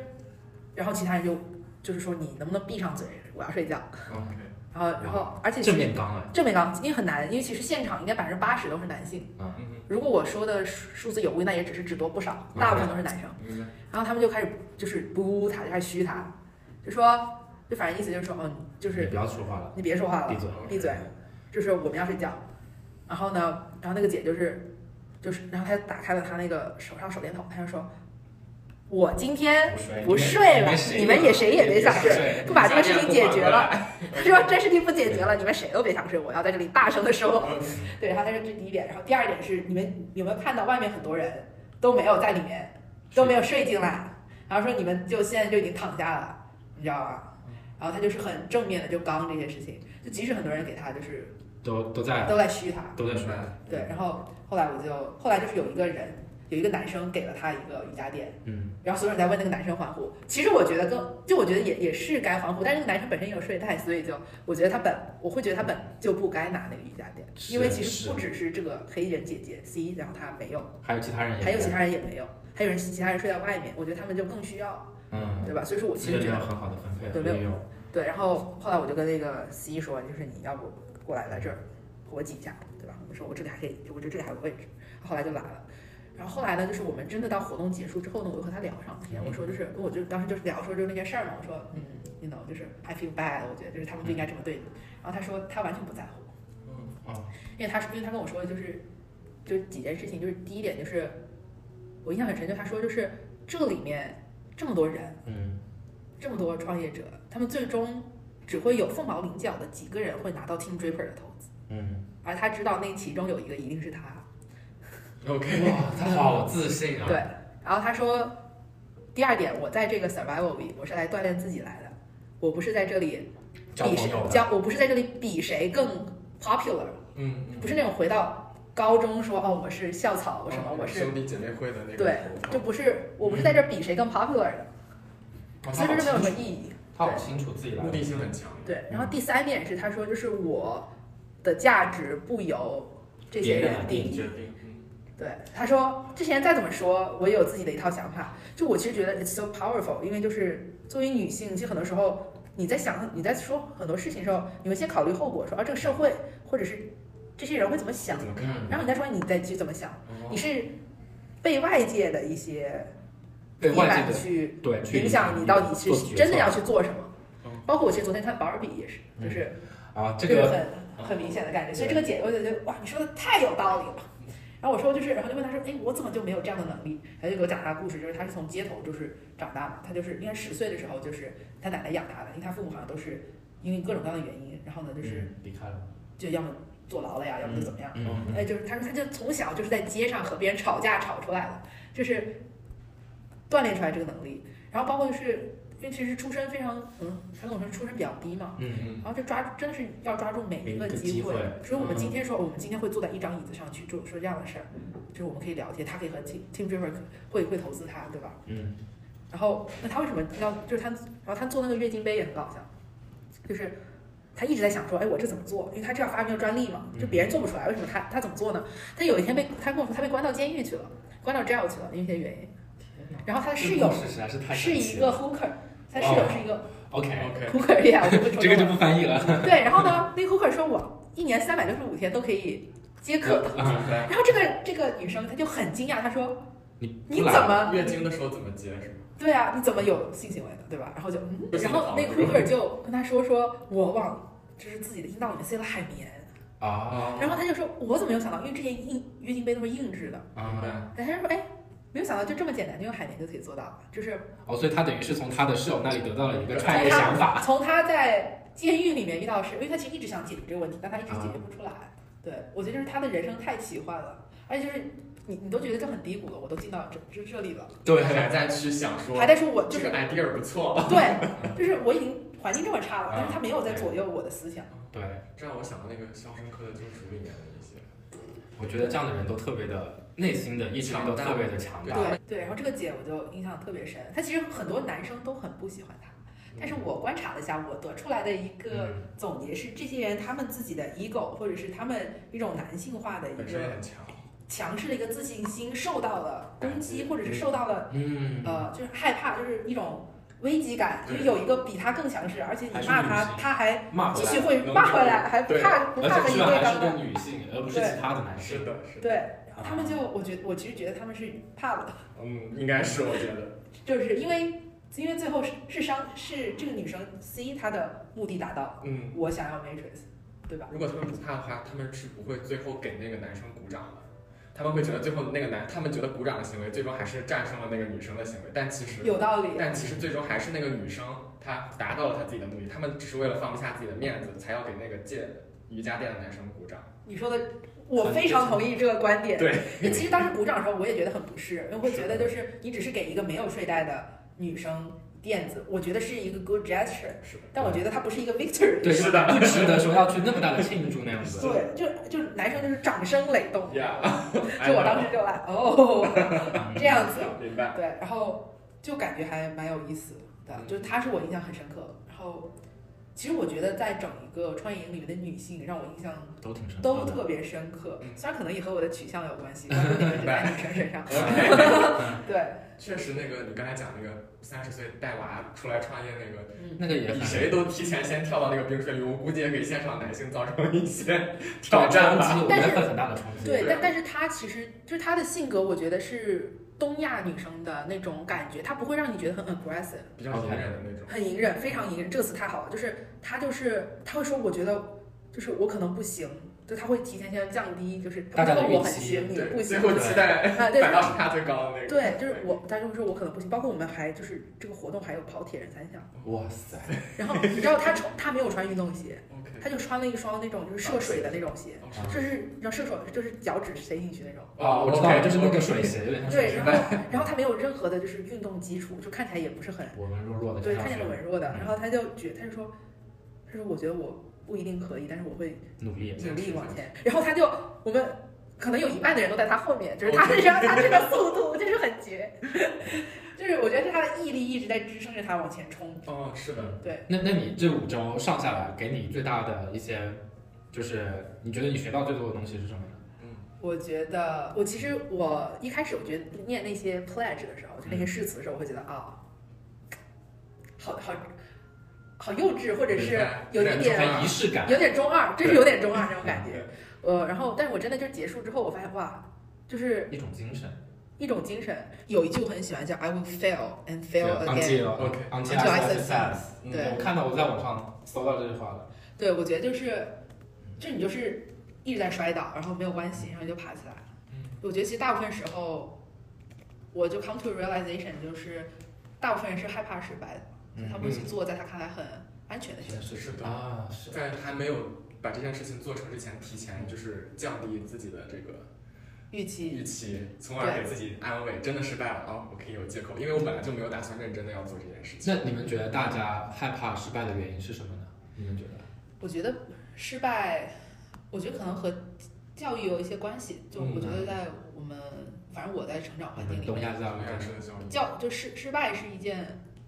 C: 然后其他人就就是说你能不能闭上嘴，我要睡觉。
B: OK，
C: 然后然后而且其
A: 嗯正
C: 实
A: 面刚哎，
C: 正面刚，因为很难，因为其实现场应该百分之八十都是男性。
B: 嗯
C: 如果我说的数数字有误，那也只是只多不少，大部分都是男生。
B: 哼，嗯明白。
C: 然后他们就开始就是不他，就开始嘘他，就说就反正意思就是说，哦，你就
A: 你
C: 是
A: 不要说话了，
C: 你别说话
A: 闭
C: 了，
A: 嘴。
C: 闭嘴，就是我们要睡觉。然后呢，然后那个姐就是就是，然后她就打开了她那个手上手电筒，她就说：“我今天不睡了，哎你们也谁也别想睡。”
B: 对
C: 不把这个事情解决了，她 说这事情不解决了，你们谁都别想睡，我要在这里大声的说。对，然后她说这是第一点，然后第二点是你们有没有看到外面很多人都没有在里面，都没有睡进来，然后说你们就现在就已经躺下了，你知道吧？然后他就是很正面的就刚这些事情，就即使很多人给他就是
A: 都都在
C: 都在嘘他，
A: 都在
B: 明
A: 说。
B: 白
C: 对。然后后来我就后来就是有一个人有一个男生给了他一个瑜伽垫，
A: 嗯，
C: 然后所有人在为那个男生欢呼。其实我觉得更就我觉得也也是该欢呼，但是那个男生本身也有睡袋，所以就我觉得他本我会觉得他本就不该拿那个瑜伽垫，
A: 是
C: 因为其实
A: 是
C: 不只是这个黑人姐姐 C，然后她没有，
A: 还有其他人也
C: 还有其他人也没有，还有人其他人睡在外面，我觉得他们就更需要。
A: 嗯，
C: 对吧？所以说我其
A: 这个
C: 实
A: 没
C: 觉
A: 有
C: 得
A: 很好的分配
C: 对
A: 和
C: 没有
A: 运用。
C: 对，然后后来我就跟那个司仪说，就是你要不过来来这儿活挤一下，对吧？我说我这里还可以，我觉得这里还有位置。后来就来了，然后后来呢，就是我们真的到活动结束之后呢，我就和他聊上天，我说就是我就当时就是聊说就是那件事儿嘛，我说嗯，you know，就是 I feel bad，我觉得就是他们不应该这么对你。然后他说他完全不在乎，
B: 嗯
A: 哦，
C: 因为他说因为他跟我说的就是就是几件事情，就是第一点就是我印象很深，就他说就是这里面这么多人。
A: 嗯，
C: 这么多创业者，他们最终只会有凤毛麟角的几个人会拿到 Team Draper 的投资，
A: 嗯，
C: 而他知道那其中有一个一定是他。
A: 啊
B: 嗯 OK，
A: 哇，他好自信啊！
C: 对，然后他说，第二点，我在这个 Survival Week 我是来锻炼自己来的，我不是在这里
A: 交
C: 比
A: 朋
C: 谁
A: 友哦的，
C: 交，我不是在这里比谁更 popular，
B: 嗯，嗯
C: 不是那种回到高中说哦我是校草，我什么
B: 哦
C: 我是
B: 兄，弟姐妹会的那个
C: 对
B: 头
C: 就不是我不是在这比谁更 popular 的，
A: 哦
C: 所以
A: 他
C: 这
A: 好
C: 就没有什
A: 清楚，
C: 么意义。
A: 他好清楚自己来
B: 发目的性很强，
C: 对，然后
A: 嗯
C: 第三点是他说，就是我的价值不由这些人定义。
B: 决定，嗯
C: 对，他说这些人再怎么说，我也有自己的一套想法。就我其实觉得 it's so powerful，因为就是作为女性，其实很多时候你在想你在说很多事情的时候，你会先考虑后果，说啊这个社会或者是这些人会怎么想
B: 怎，么看？
A: 嗯，
C: 然后你再说你再去怎么想，
B: 哦
C: 你是被外界的一些
A: 被外
C: 批
A: 界
C: 判
A: 的
C: 去
A: 对去
C: 影响你到底
A: 做
C: 是
A: 决
C: 真的
A: 策哦
C: 要去做什么
B: 嗯。
C: 包括我其实昨天看《芭比》也是，就是。
A: 啊，这
C: 就是
A: 个
C: 很很明显的感觉。所以这个姐，我就觉得哇，你说的太有道理了。然后我说就是，然后就问她说，哎，我怎么就没有这样的能力？她就给我讲她的故事，就是她是从街头就是长大嘛，她就是应该十岁的时候就是她奶奶养大的，因为她父母好像都是因为各种各样的原因，然后呢就是
A: 嗯离开了，
C: 就要么坐牢了呀，要么就怎么样。
A: 嗯，
C: 哎，就是她说她就从小就是在街上和别人吵架吵出来的，就是锻炼出来这个能力。然后包括就是因为其实出身非常，嗯，她跟我说出身比较低嘛，
A: 嗯，
B: 嗯
C: 然后就抓，真的是要抓住每一个
A: 每一个
C: 机
A: 机
C: 会
A: 会。嗯
C: 所以我们今天说，我们今天会坐在一张椅子上去做说这样的事儿，就是我们可以聊天，他可以和 Team Team Draper 会会投资他，对吧？
A: 嗯。
C: 然后那他为什么要就是他，然后他做那个月经杯也很搞笑，就是他一直在想说，哎，我这怎么做？因为他这样发明了专利嘛，就
A: 嗯
C: 别人做不出来，为什么他他怎么做呢？他有一天被他跟我说，他被关到监狱去了，关到 jail 去了，因为一些原因。然后他的室友
A: 是实在是太
C: 是
A: 神
C: 一
A: 奇
C: 个嗯
A: 了哦
C: hooker，他但室友是一个
A: OK，
B: OK，
C: Hooker 呀，我不
A: 这个就不翻译了。
C: 对。然后呢，那个 Hooker 说我一年三百六十五天都可以接客的。
B: 明白。
C: 然后这个这个女生她就很惊讶，她说
A: 你
C: 你
A: 不
C: 怎
A: 来
C: 么
B: 月经的时候怎么接是吗？
C: 对啊，你怎么有性行为的，对吧？然后就嗯，
B: 不行
C: 然后那个 Hooker 就跟她说说我往就是自己的阴道里面塞了海绵，
A: 啊
C: 然后她就说我怎么没有想到，因为之前硬月经杯都是硬质的，
B: 明
A: 啊！
B: 白。
C: 但她说哎。没有想到就这么简单，就用海绵就可以做到，就是
A: 哦，所以他等于是从他的室友那里得到了一个
B: 对
A: 创
C: 从
A: 业
C: 他
A: 想法。
C: 从她在监狱里面遇到的事，因为她其实一直想解决这个问题，但她一直解决不出来。
B: 啊
C: 对我觉得就是她的人生太奇幻了，而且就是你你都觉得这很低谷了，我都进到这这这里了，
A: 对
B: 还在去想说
C: 还在说我
B: 这
C: 就是
B: 个 idea 不错，
C: 对，就是我已经环境这么差了，但是他没有在左右我的思
B: 啊
C: 想。
A: 对，
B: 这让我想到那个《肖申克的救赎》里面的一些。
A: 我觉得这样的人都特别的内心的意志力都特别的强大。
C: 对对，然后这个姐我就印象特别深，她其实很多男生都很不喜欢她，但是我观察了一下，我得出来的一个
A: 嗯，
C: 总结是，这些人他们自己的 ego 或者是他们一种男性化的一
B: 本身也
C: 个
B: 很啊强，
C: 强势的一个自信心受到了攻击，
B: 嗯
C: 或者是受到了
A: 嗯，
C: 呃就是害怕，就是一种危机感，就是有一个比他更强势，而且你
A: 还是
C: 骂
A: 女
C: 他
A: 性，
C: 他还
A: 骂回
C: 继
A: 来
C: 续会骂回来，还不
B: 对
C: 怕不怕
A: 而
C: 和
A: 且
C: 你
A: 居
C: 对
A: 然还
C: 刚
A: 是啊
C: 的
A: 个。女性，而不是其他的男
B: 是
A: 性。
B: 的，是的，
C: 对，然后他们就，我觉得我其实觉得他们是怕了，
B: 嗯，应该是我觉得，
C: 就是因为因为最后是是商是这个女生 C 她的目的达到，
B: 嗯，
C: 我想要 Matrix，对吧？
B: 如果他们不怕的话，他们是不会最后给那个男生鼓掌的，他们会觉得最后那个男，他们觉得鼓掌的行为最终还是战胜了那个女生的行为，但其实
C: 有道理，
B: 但其实最终还是那个女生，她达到了她自己的目的，他们只是为了放不下自己的面子，才要给那个借瑜伽垫的男生鼓掌。
C: 你说的我非常同意这个观点。
B: 对，
C: 其实当时鼓掌的时候我也觉得很不适，因为会觉得就是你只是给一个没有睡袋的女生垫子，我觉得是一个 good gesture，
B: 是的，
C: 但我觉得它不是一个 victory。
A: 对，
B: 是的
A: 不值得说要去那么大的庆祝那样子。
C: 对，就就男生就是掌声雷 动，
B: 呀，
C: 就我当时就来哦
A: 嗯
C: 这样子。
B: 明 白，
C: 对，然后就感觉还蛮有意思
B: 嗯
C: 的，就是她是我印象很深刻的。然后，其实我觉得在整一个创业营里面的女性，让我印象
A: 都挺深刻
C: 都
A: 的
C: 特别深刻。
B: 嗯。
C: 虽然可能也和我的取向有关系，但是 点是在女生身上
B: OK
C: 对，
B: 确实，那个你刚才讲那个三十岁带娃出来创业那个，
C: 嗯，
A: 那个也
B: 比
A: 很
B: 谁都提前先跳到那个冰水里，我估计也给现场男性造成一些挑
A: 冲击，
B: 战吧。
A: 我觉得会很大的冲击。
C: 对，
B: 对
C: 但但是她其实就是她的性格，我觉得是东亚女生的那种感觉，她不会让你觉得很 aggressive。
B: 比较隐忍的那种。
C: 很隐忍，非常隐忍，这个词太好了。就是他就是他会说，我觉得就是我可能不行，就他会提前先降低，就是
A: 大家的
C: 他会说我很
A: 预期
C: 行，你不
B: 对，最
C: 行
B: 后期待
C: 啊， 对
B: 反倒是他最高的那个。
C: 对，就是我，他就会说我可能不行。包括我们还就是这个活动还有跑铁人三项，
A: 哇塞，
C: 然后你知道他穿他没有穿运动鞋，
B: OK，
C: 他就穿了一双那种就是涉水的那种鞋，
B: 哦
C: 就是你知道涉水就是脚趾塞进去那种。
A: 啊，我知道了，就是那个水鞋，有点像水
C: 对，
A: 鞋
C: 然。后然后他没有任何的就是运动基础，就看起来也不是很
A: 我们弱弱的
C: 对，
A: 看
C: 看
A: 上
C: 起
A: 去
C: 来文弱的。
A: 嗯
C: 然后他就觉，他就说，他说我觉得我不一定可以，但是我会
A: 努力。
C: 努力往前。然后他就我们可能有一半的人都在他后面，就是他
B: OK
C: 然 后他这个速 度就是很绝，就是我觉得是他的毅力一直在支撑着他往前冲。
B: 哦，是的，
C: 对，
A: 那那你这五周上下来，给你最大的一些，就是你觉得你学到最多的东西是什么呢？
C: 我觉得我其实我一开始我觉得念那些 pledge 的时候，就那些誓词的时候，我会觉得啊、好好好幼稚，或者是 有一
B: 对
C: 点
A: 还仪式感。
C: 啊有点中二，真是有点中二那种感
B: 对
C: 觉。呃，然后，但是我真的就是结束之后，我发现哇，就是
A: 一种精神。
C: 一种精神。有一句我很喜欢叫 “I will fail and fail again”，
A: until
B: OK
A: until
C: Until I
A: I
C: success
A: success。
B: 嗯
C: 对
A: 我看到我在网上搜到这句话了。
C: 对我觉得就是，就你就是一直在摔倒，然后没有关系，然后你就爬起来。
A: 嗯
C: 我觉得其实大部分时候，我就 come to a realization，就是大部分人是害怕失败的，所以他会去做在他看来很安全的事情。
A: 是
B: 是的
A: 嗯啊，是
B: 在还没有把这件事情做成之前，提前就是降低自己的这个
C: 预期
B: 预期，从而给自己安慰。真的失败了哦，我可以有借口，因为我本来就没有打算认真的要做这件事情。
A: 那你们觉得大家害怕失败的原因是什么呢？你们觉得？
C: 我觉得失败，我觉得可能和教育有一些关系。就
A: 嗯
C: 我觉得在我们，反正我在成长环境里
A: 东
C: 面，
A: 亚教育
B: 没有吃的消
C: 教就失失败是一件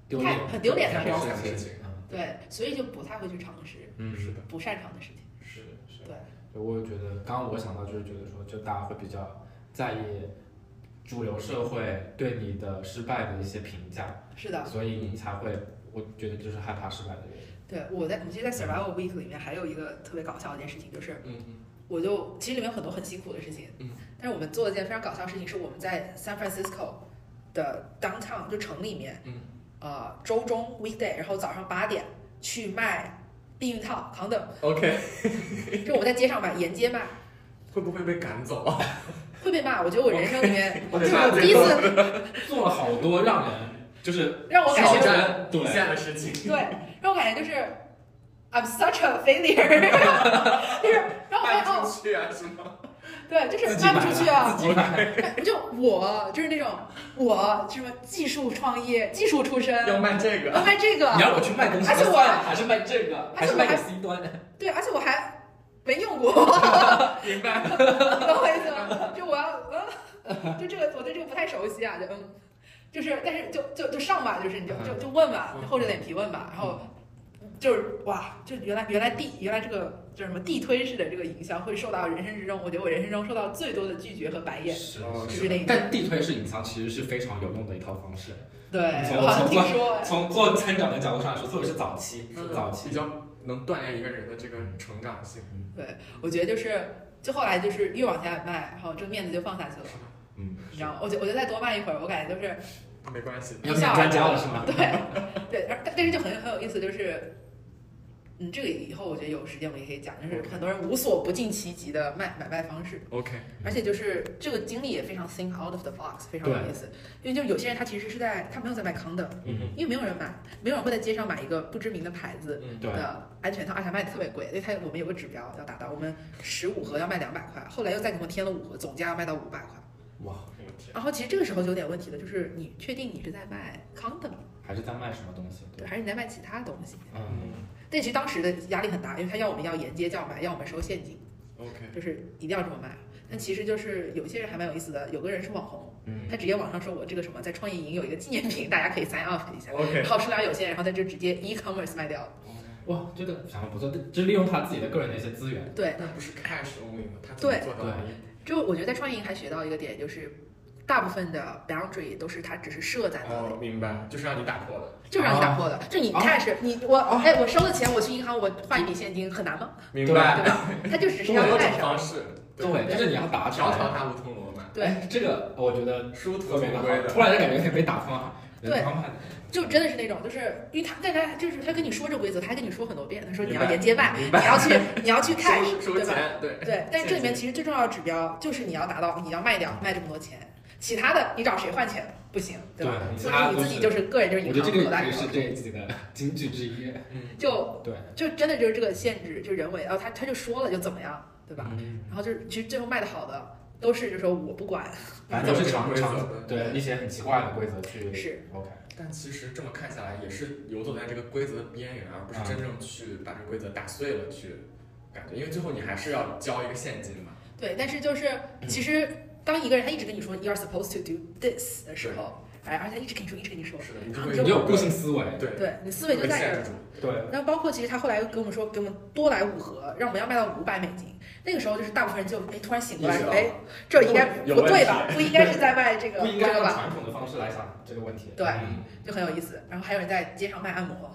A: 丢
C: 太
A: 脸，
C: 很丢脸
B: 太
C: 的
B: 丢
C: 事
B: 脸
C: 情，
B: 了事情
A: 嗯
C: 对，所以就不太会去尝试
A: 嗯，
B: 是的，
C: 不擅长的事情。
A: 是的，是的。
C: 对
A: 对，我也觉得，刚刚我想到就是觉得说，就大家会比较在意主流社会对你的失败的一些评价，
C: 是的，
A: 所以你才会我觉得就是害怕失败的原因。
C: 对，我在我记得在 Survival Week 里面还有一个特别搞笑的一件事情，就是
B: 嗯嗯
C: 我就其实里面有很多很辛苦的事情，
B: 嗯，
C: 但是我们做了一件非常搞笑的事情，是我们在 San Francisco 的 downtown 就城里面，
B: 嗯，
C: 呃，周中 weekday，然后早上八点去卖避孕套 condom，
B: ，OK，
C: 就我在街上买，沿街卖，
B: 会不会被赶走啊？
C: 会被骂。我觉得我人生 里面
B: 我
C: 就
B: 得
C: 是
B: 骂
C: 我
B: 这
C: 第一次
A: 做了好多让人就是
C: 让我感
B: 挑
C: 觉，
B: 战底线的事情。
C: 对，让我感觉就是 I'm such a failure，就是让我感觉
B: 卖
C: 哦，
B: 出去啊，是吗？
C: 对，就是
A: 自己
C: 卖
A: 买
C: 不
A: 的，
C: 出去啊，
A: 自己买的，
C: 就我就是那种我什么技术创业、技术出身，
B: 要卖这个，
C: 要卖这
A: 你
C: 个，
A: 让我去卖东西，
C: 而且我
A: 算了，还是卖这个，
C: 而且
A: 还
C: 我
A: 是卖给 C 端，
C: 对，而且我还没用 过，懂
B: 明 白？
C: 我意思吗？就我要嗯，就这个我对这个不太熟悉啊，就嗯，就是但是就就就上吧，就是你就就就问吧，
B: 嗯
C: 厚着脸皮问吧，然后
A: 嗯
C: 就是哇，就原来原来地原来这个叫什么地推式的这个营销会受到人生之中，我觉得我人生中受到最多的拒绝和白眼，
A: 是
B: 哦
C: 是那个
A: 但地推式隐藏其实是非常有用的一套方式。
C: 对
A: 从
C: 我好像
A: 从
C: 听说哎
A: 从做参展的角度上来说，特别是早期，
B: 嗯
A: 早
B: 比
A: 期
B: 较能锻炼一个人的这个成长性。
C: 我觉得就是，就后来就是越往下卖，然后这个面子就放下去了，
A: 嗯，
C: 你知道吗？我觉我觉得再多卖一会儿，我感觉就是
B: 没关系，
A: 要变专家了是吗？
C: 对对，而但但是就很很有意思，就是，嗯，这个以后我觉得有时间我们也可以讲，就是很多人无所不尽其极的卖买卖方式，
B: OK，
C: 而且就是这个经历也非常 think out of the box，非常有意思，因为就有些人他其实是在他没有在卖 condom，
A: 嗯，
C: 因为没有人买，没有人会在街上买一个不知名的牌子，
B: 嗯，
A: 对，
C: 的安全套，而且卖的特别贵，因为它我们有个指标要达到，我们十五盒要卖两百块，后来又再给我们添了五盒，总价要卖到五百块。
A: 哇，
B: 我天，
C: 然后其实这个时候就有点问题了，就是你确定你是在卖 condom，
A: 还是在卖什么东西？
C: 对，
A: 对，
C: 还是你在卖其他东西？
A: 嗯，
C: 但其实当时的压力很大，因为他要我们要沿街叫卖，要我们收现金，
B: ，OK，
C: 就是一定要这么卖。但其实就是有些人还蛮有意思的，有个人是网红，
A: 嗯
C: 他直接网上说我这个什么在创业营有一个纪念品， 大家可以 sign up 一下，
B: OK
C: 然后数量有限，然后在这直接 e commerce 卖掉了。
A: 哇，这个想法不错，就是利用他自己的个人的一些资源，
C: 对，
B: 那不是 cash only 吗？他怎么做到的？
C: 就我觉得在创业营还学到一个点，就是大部分的 boundary 都是它只是设在那里，
B: 哦，明白，就是让你打破的，
C: 就是让你打破的。就你
A: 啊
C: cash，、你我
A: 啊
C: 哎，我收了钱，我去银行，我换一笔现金，很难吗？
B: 明
A: 白
C: 对吧？它就只是
B: 中
C: 要
B: 国有种
C: cash，
B: 方式，
A: 对，就是你要达成
B: 条。条大路通罗马，
C: 对，
A: 哎，这个我觉得
B: 殊途
A: 特
B: 同
A: 别的好
B: 归，
A: 突
B: 的。
A: 然就感觉有点被打翻，
C: 对
A: 人方法
C: 就真的是那种，就是因为他，但他就是他跟你说这规则，他还跟你说很多遍，他说你
B: 明
C: 要
B: 白
C: 沿街卖，
B: 明
C: 你要
B: 白，
C: 去你要去 cash，
B: 收收
C: 对吧？
B: 钱，对，
C: 对，但是这里
B: 现
C: 面其实最重要的指标就是你要达到你要卖掉卖这么多钱，其他的你找谁换钱不行，对吧？
A: 对
C: 所
A: 其他
C: 以你
A: 都
C: 自己
A: 是
C: 就是个人就是
A: 我
C: 银
A: 觉得
C: 行口
A: 这个也
C: 袋里
A: 是
C: 头
A: 这一季的 金句之一。
B: 嗯，
C: 就
A: 对，
C: 就真的就是这个限制，就人为，然后他他就说了就怎么样，对吧？
A: 嗯，
C: 然后就是其实最后卖的好的都是就说我不管，
A: 反正都是常
B: 规
A: 常
B: 则。
A: 对一些很奇怪的规则去
C: 是
A: OK，
B: 但其实这么看下来，也是游走在这个规则的边缘，而不是真正去把这个规则打碎了去感觉，因为最后你还是要交一个现金嘛。
C: 对。但是就是其实当一个人他一直跟你说 you are supposed to do this 的时候，哎，而且他一直跟你说一直跟你说，
B: 是的，你就
C: 啊
B: 会
A: 你就有固性思维。
B: 对
C: 对你思维就
B: 被
C: 在这
B: 限
C: 儿
B: 制。住。
A: 对，
C: 然后包括其实他后来又给我们说给我们多来五盒，让我们要卖到五百美金。那个时候就是大部分人就哎突然醒过来
B: 意识
C: 说
B: 到
C: 哎这应该
B: 啊有
C: 不
B: 问
C: 对
B: 题
C: 吧？不应该是在 卖这个
A: 不应
C: 这
A: 该
C: 个
A: 用
C: 吧？
A: 传统的方式来想这个问题。
C: 对
A: 嗯
C: 就很有意思。然后还有人在街上卖按摩，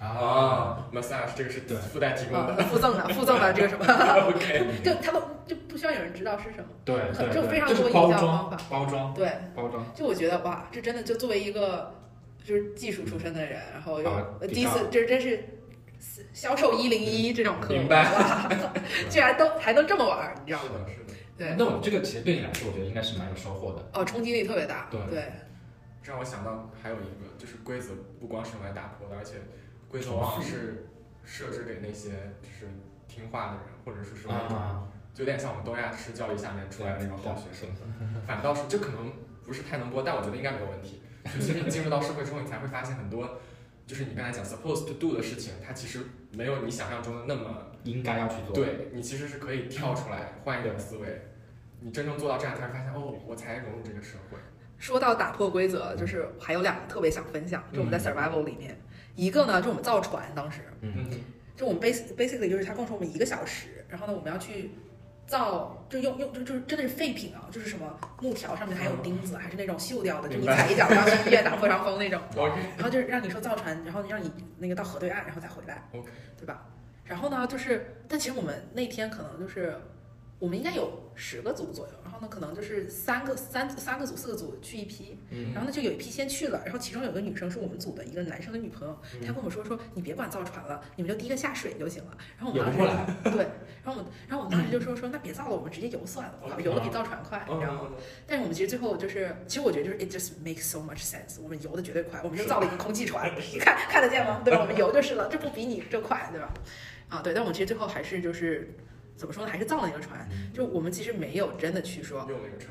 A: 啊，
B: 啊，massage 这个是
A: 对
B: 附带提供
C: 啊
B: 的。，
A: 嗯
C: 附赠的附赠的这 个什么，
B: OK，
C: 就他们就不需要有人知道是什么，
A: 对
C: 很
A: 对，
C: 就非常
A: 对
C: 多
A: 是
C: 营
A: 包
C: 销方
A: 装，
C: 法。
A: 包装，
C: 对，
A: 包装。
C: 就我觉得哇，这真的就作为一个就是技术出身的人，然后又、
A: 啊
C: 呃
A: 比
C: 第一次
A: 较
C: 就是真是销售一零一这种课，
B: 明白
C: 哇，居然都还能这么玩儿，你知道
B: 是
C: 吗？
B: 的，是的，
C: 对，
A: 那我这个其实对你来说，我觉得应该是蛮有收获的。
C: 哦，冲击力特别大，
A: 对
C: 对
B: 这让我想到还有一个，就是规则不光是用来打破的，而且规则往往是设置给那些就是听话的人，或者是说那种
A: 啊，
B: 就有点像我们东亚式教育下面出来的那种好学生，反倒是这可能不是太能播，但我觉得应该没有问题。就其实你进入到社会之后，你才会发现很多，就是你刚才讲 supposed to do 的事情，它其实没有你想象中的那么，
A: 应该要去做。
B: 对你其实是可以跳出来换一种思维。你真正做到这样，才会发现哦，我才融入这个社会。
C: 说到打破规则，就是还有两个特别想分享，就我们在
A: 嗯
C: survival 里面，一个呢，就我们造船当时，
A: 嗯
B: 嗯，
C: 就我们 basic basically 就是它共说我们一个小时，然后呢，我们要去造就用用就就是真的是废品啊，就是什么木条上面还有钉子，还是那种锈掉的，就你
B: 嗯明白
C: 踩一脚然后去医院打破伤风那种。
B: OK，
C: 然后就是让你说造船，然后让你那个到河对岸，然后再回来
B: OK
C: 对吧？然后呢，就是，但其实我们那天可能就是，我们应该有十个组左右，然后呢，可能就是三个三三个组四个组去一批，
A: 嗯
C: 然后呢就有一批先去了，然后其中有个女生是我们组的一个男生的女朋友，
A: 嗯
C: 她跟我们说说你别管造船了，你们就第一个下水就行了。然后我
A: 游
C: 们当时
A: 过来，
C: 对，然后我们然后我们当时就说说那别造了，我们直接游算
A: 哦
C: 了，
B: OK
C: 游的比造船快，
B: 嗯
C: 然后。但是我们其实最后就是，其实我觉得就是 it just makes so much sense。我们游的绝对快，我们就是造了一个空气船， 你看看得见吗？对吧？我们游就是了，这不比你这快，对吧？啊，对，但我们其实最后还是就是怎么说呢，还是造了一个船。就我们其实没有真的去说，
B: 用那个船，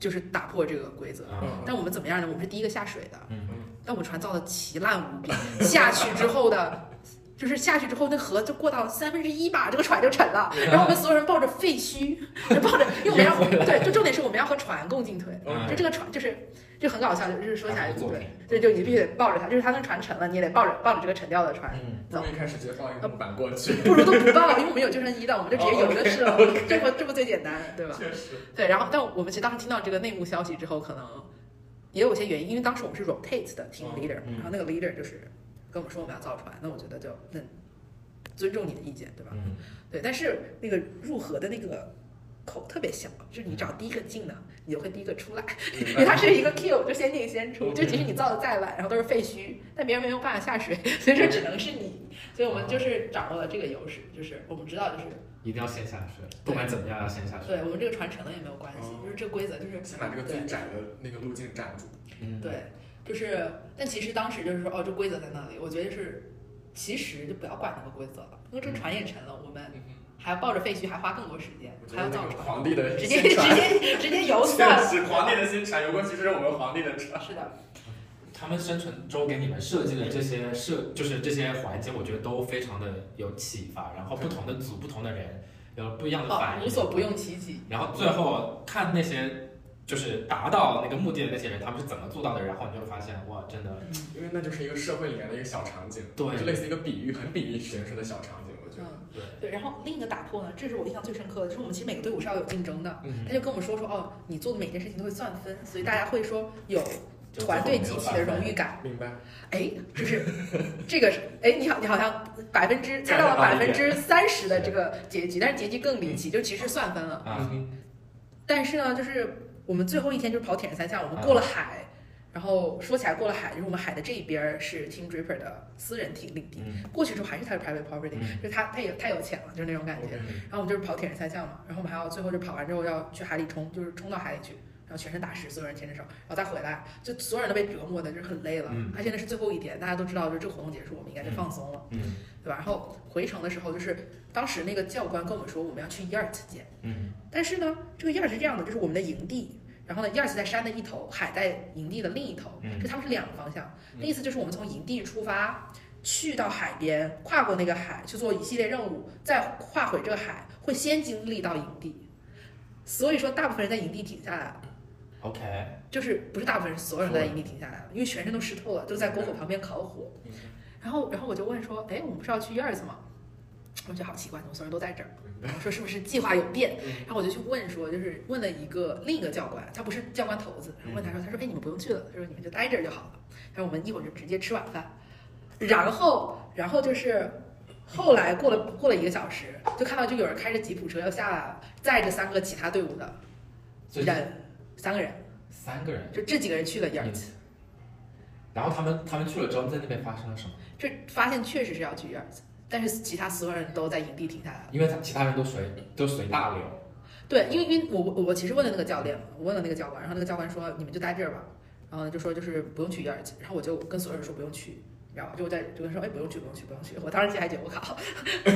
C: 就是打破这个规则。
A: 嗯
C: 但我们怎么样呢？我们是第一个下水的，
A: 嗯
C: 但我们船造的奇烂无比，下去之后的。 就是下去之后，那河就过到三分之一吧，这个船就沉了。然后我们所有人抱着废墟，就抱着，因为我们要对，就重点是我们要和船共进退。
A: 嗯
C: 就这个船就是就很搞笑，就是说起来
A: 还不作
C: 对
A: 品，
C: 对，就你必须得抱着它，就是它跟船沉了，你也得抱着抱着这个沉掉的船，
A: 嗯，
B: 不如一开始直接放一个木板过去，
C: 不如都不抱，因为我们有救生衣的，我们就直接游就是
B: 哦
C: 了，
B: ，OK，OK
C: 这不这不最简单，对吧？
B: 确 实，
C: 对，然后但我们其实当时听到这个内幕消息之后，可能也有些原因，因为当时我们是 rotate 的 team leader，、
A: 嗯
C: 然后那个 leader 就是跟我们说我们要造船，那我觉得就那尊重你的意见，对吧？
A: 嗯
C: 对，但是那个入河的那个口特别小，就是你只要第一个进呢，你就会第一个出来。因为它是一个 Q，就先进先出，就即使你造的再晚，然后都是废墟，但别人没有办法下水，所以说只能是你。所以我们就是掌握了这个优势，就是我们知道，就是
A: 一定要先下水，不管怎么样要先下水
C: 对。我们这个船沉了也没有关系，
B: 哦
C: 就是这个规则就是
B: 先把这个最窄的那个路径占住。
A: 嗯，
C: 对，就是但其实当时就是说哦，这规则在那里，我觉得是其实就不要管那个规则了，因为这个船也沉了，我们还要抱着废墟，还花更多时间
B: 嗯我，觉
C: 还要
B: 得
C: 造
B: 那个
C: 船，
B: 皇帝的
C: 直接
B: 新
C: 直
B: 船，
C: 接直接游算
B: 确
C: 了，
B: 实皇帝的新船游过去就是我们皇帝的船。
C: 是的，
A: 他们生存周给你们设计的这些设，就是这些环节，我觉得都非常的有启发。然后不同的组、不同的人有不一样的
C: 好
A: 反应，
C: 无哦所不。用其极，
A: 然后最后看那些就是达到那个目的的那些人，他们是怎么做到的，然后你就会发现，哇，真的，
C: 嗯
B: 因为那就是一个社会里面的一个小场景，
A: 对
B: 就类似一个比喻，很比喻学说的小场景，我觉得。
C: 嗯，对，然后另一个打破呢，这是我印象最深刻的，就是我们其实每个队伍是要有竞争的。
A: 嗯
C: 他就跟我们说说，哦，你做的每件事情都会算分，所以大家会说有
A: 就
C: 团队
A: 最
C: 集
A: 后没有
C: 体
A: 办
C: 的
A: 法
C: 荣誉感。
B: 明白，
C: 哎，就是 这个是，哎，你好，你好像百分之猜到了
B: 看到
C: 百
B: 了一
C: 分之
A: 点嗯
C: 三十的这个结局，但是结局更离奇，就其实算分了。
A: 啊，
C: 但是呢，就是我们最后一天就是跑铁人三项，我们
A: 嗯
C: 过了海。然后说起来过了海，就是我们海的这一边儿是 Team Draper 的私人体领地，
A: 嗯
C: 过去之后还是他的 private property，、
A: 嗯
C: 就是他他也太有钱了，就是那种感觉。然后我们就是跑铁人三项嘛，然后我们还要最后就跑完之后要去海里冲，就是冲到海里去，然后全身打湿，所有人牵着手，然后再回来，就所有人都被折磨的就是很累了。
A: 嗯
C: 而且那是最后一天，大家都知道，就是这个活动结束，我们应该就放松了，
A: 嗯
C: 对吧？然后回程的时候，就是当时那个教官跟我们说，我们要去 yurt 见，
A: 嗯
C: 但是呢，这个 yurt 是这样的，就是我们的营地。然后呢，yurt 在山的一头，海在营地的另一头，
A: 嗯
C: 就他们是两个方向。
B: 嗯
C: 那意思就是我们从营地出发，去到海边，跨过那个海去做一系列任务，再跨回这个海，会先经历到营地。所以说，大部分人在营地停下来了，
A: ，OK，
C: 就是不是大部分人，所有人都在营地停下来了，因为全身都湿透了，都在篝火旁边烤火。
B: 明白
C: 然后，然后我就问说，哎，我们不是要去 y a r d 吗？我觉得好奇怪，怎么所有人都在这儿？
B: 明白
C: 然后说是不是计划有变
B: 嗯？
C: 然后我就去问说，就是问了一个另一个教官，他不是教官头子，然后问他说，他说哎你们不用去了，他说你们就待这儿就好了。他说我们一会儿就直接吃晚饭。然后，然后就是后来过了过了一个小时，就看到就有人开着吉普车要下来了，载着三个其他队伍的
A: 所以
C: 人，三个人，
A: 三个人，
C: 就这几个人去了第二
A: 嗯然后他们他们去了之后，在那边发生了什么？
C: 这发现确实是要去 y a r d 但是其他所有人都在营地停下来了。
A: 因为他其他人都随都随大流，
C: 对，因为因为我我我其实问了那个教练嘛，我问了那个教官，然后那个教官说你们就待这儿吧，然后就说就是不用去一二级，然后我就跟所有人说不用去，你知道吧？就我在就跟他说哎不用去不用去不用去，我当时还觉得我靠，